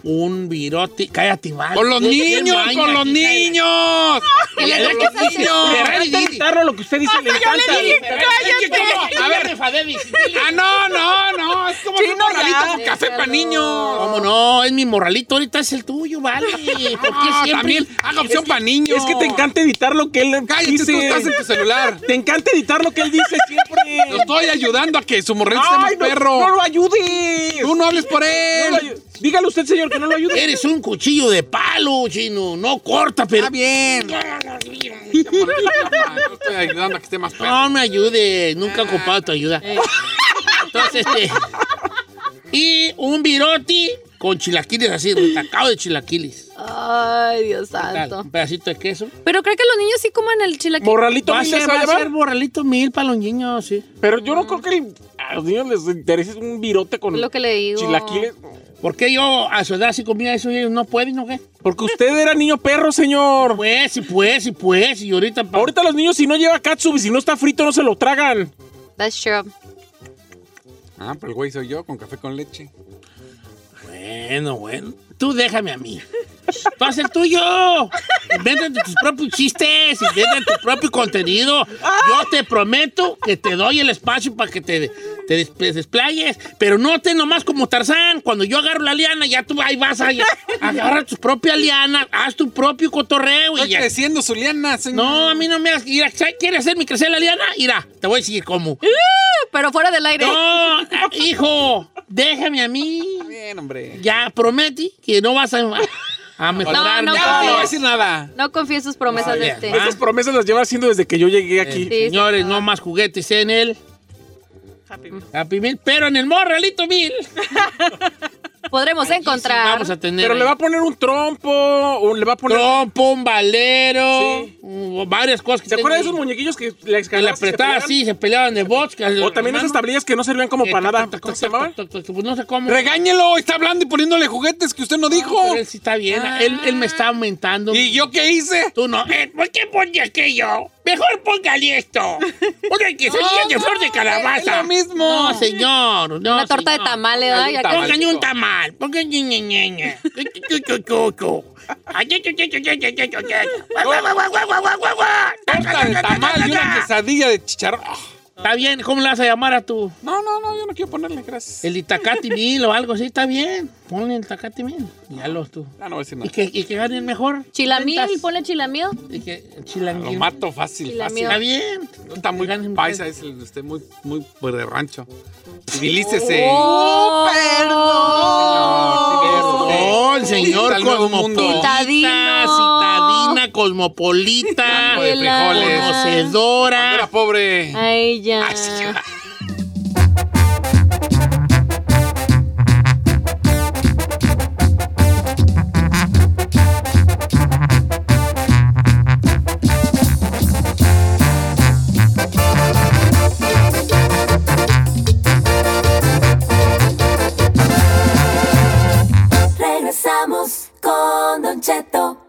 B: un virote. Cállate, mal.
E: ¡Con los niños, con los
B: niños!
E: Que le saques a ese niño.
C: lo que usted dice le encanta.
B: A ver,
E: Ah, no, no, no. Es como
B: Sí,
E: un
B: no,
E: morralito
B: ya.
E: con café para niños.
B: ¿Cómo no? Es mi morralito, ahorita es el tuyo, vale. ¿Por qué
E: Ah,
B: siempre?
E: también, haga opción
B: Es que-
E: para niños.
C: Es que te encanta editar lo que él
E: Cállate,
C: dice.
E: tú estás en tu celular.
C: Te encanta editar lo que él dice siempre.
E: Lo estoy ayudando a que su morralito sea más
C: Ay, no,
E: perro.
C: No lo ayudes.
E: Tú no hables por él.
C: No lo ayu- Dígale usted, señor, que no lo ayude.
B: Eres un cuchillo de palo, chino. No corta, pero.
E: Está bien. Yo estoy ayudando a que esté más perro.
B: No me ayude. Nunca he ocupado tu ayuda.
E: Eh.
B: Entonces, este. Y un viroti con chilaquiles así, retacado de chilaquiles.
A: Ay, Dios
B: Tal,
A: santo.
B: Un pedacito de queso.
A: Pero creo que los niños sí coman el chilaquil.
B: va a ser, va a ser borralito mil para los niños, sí.
C: Pero yo no creo que el- a los niños les interese un virote con
A: Lo que le digo.
C: chilaquiles.
B: ¿Por qué yo a su edad sí comía eso y ellos no pueden, no qué?
C: Porque usted era niño perro, señor.
B: Pues, y pues, y pues, y ahorita... pa-
C: Ahorita los niños, si no lleva katsu y si no está frito, no se lo tragan.
A: That's true.
E: Ah, pero el güey soy yo con café con leche.
B: Bueno, bueno. Tú déjame a mí. Tú haz el tuyo. Invéntate tus propios chistes, invéntate tu propio contenido. Yo te prometo que te doy el espacio para que te, te des- te desplayes, pero no te nomás como Tarzán. Cuando yo agarro la liana, ya tú ahí vas a agarrar tus propias lianas, haz tu propio cotorreo y
E: Estoy
B: ya.
E: creciendo, Zuliana, señor.
B: No, a mí no me hagas. Mira, ¿sabes? ¿Quieres hacerme crecer la liana? Mira, te voy a decir cómo.
A: Pero fuera del aire.
B: No, ah, hijo, déjame a mí.
E: Bien, hombre.
B: Ya prometí que no vas a, a mejorar.
A: No,
B: nada.
A: no,
E: Ya, no voy a
A: confío.
E: decir nada.
A: No confío en sus promesas
B: Vale,
A: de este.
B: va.
C: Esas promesas las lleva haciendo desde que yo llegué aquí.
A: Sí,
B: Señores, no más juguetes en el Happy Meal, pero en el Morralito Mil.
A: Podremos encontrar.
B: Vamos a tener
C: Pero le va a poner un trompo, o le va a poner...
B: trompo, un valero,
C: Sí.
B: mm, varias cosas que
C: ¿Se acuerdan de esos
B: tengo.
C: muñequillos que le
B: Que le apretaba así, se peleaban de bots. que-
C: O también
B: hermano, Eh,
C: esas tablillas que no servían como
B: que
C: para
B: toc,
C: nada.
B: toc,
C: ¿Cómo
B: toc,
C: se llamaban?
B: toc, toc, toc, Pues no sé cómo.
E: Regáñelo, está hablando y poniéndole juguetes que usted no dijo.
B: Pero él sí está bien. Él, él me está
A: Ah.
B: aumentando.
E: ¿Y yo qué hice?
B: Tú no. Eh, ¿Por qué pone aquello? Mejor póngale esto. Una que salía de flor de calabaza.
E: es lo mismo.
B: No, señor. No,
A: Una torta de
B: señor.
A: tamal le da y acá.
B: Póngale un tamal. Póngale ñe, ñe, ñe. Cu, cu, cu, cu, cu. Ay, ay, ay, ay, ay, ay, ay, ay, ay, ay. Guau, guau, guau, guau, guau, guau, guau.
E: Torta de tamal y una quesadilla de chicharrón. Ah,
B: Está bien. ¿Cómo le vas a llamar a tu?
E: No, no, no, yo no quiero ponerle, gracias.
B: El Itacati Mil o algo así. Está bien. Ponle el Itacati Mil. Ya los tú.
E: Ah, no voy a decir
B: Y
E: nada.
B: que, y que ganen mejor.
A: Chilamil,
B: Ventas.
A: ponle chilamil.
B: Y que
E: Ah, Lo
B: chilanguil.
E: mato fácil,
A: Chilamil.
E: fácil.
B: Está bien.
E: No está muy
B: Ganen
E: paisa,
B: ustedes.
E: es el, usted muy, muy pues, de rancho. Civilícese.
A: Oh,
B: Oh, el señor
E: Al nuevo mundo.
B: cosmopolita,
A: Citadino.
B: citadina, cosmopolita,
E: Campo de frijoles. Cuando era
B: conocedora.
E: pobre.
A: Ay, ya.
F: Regresamos con Don Cheto.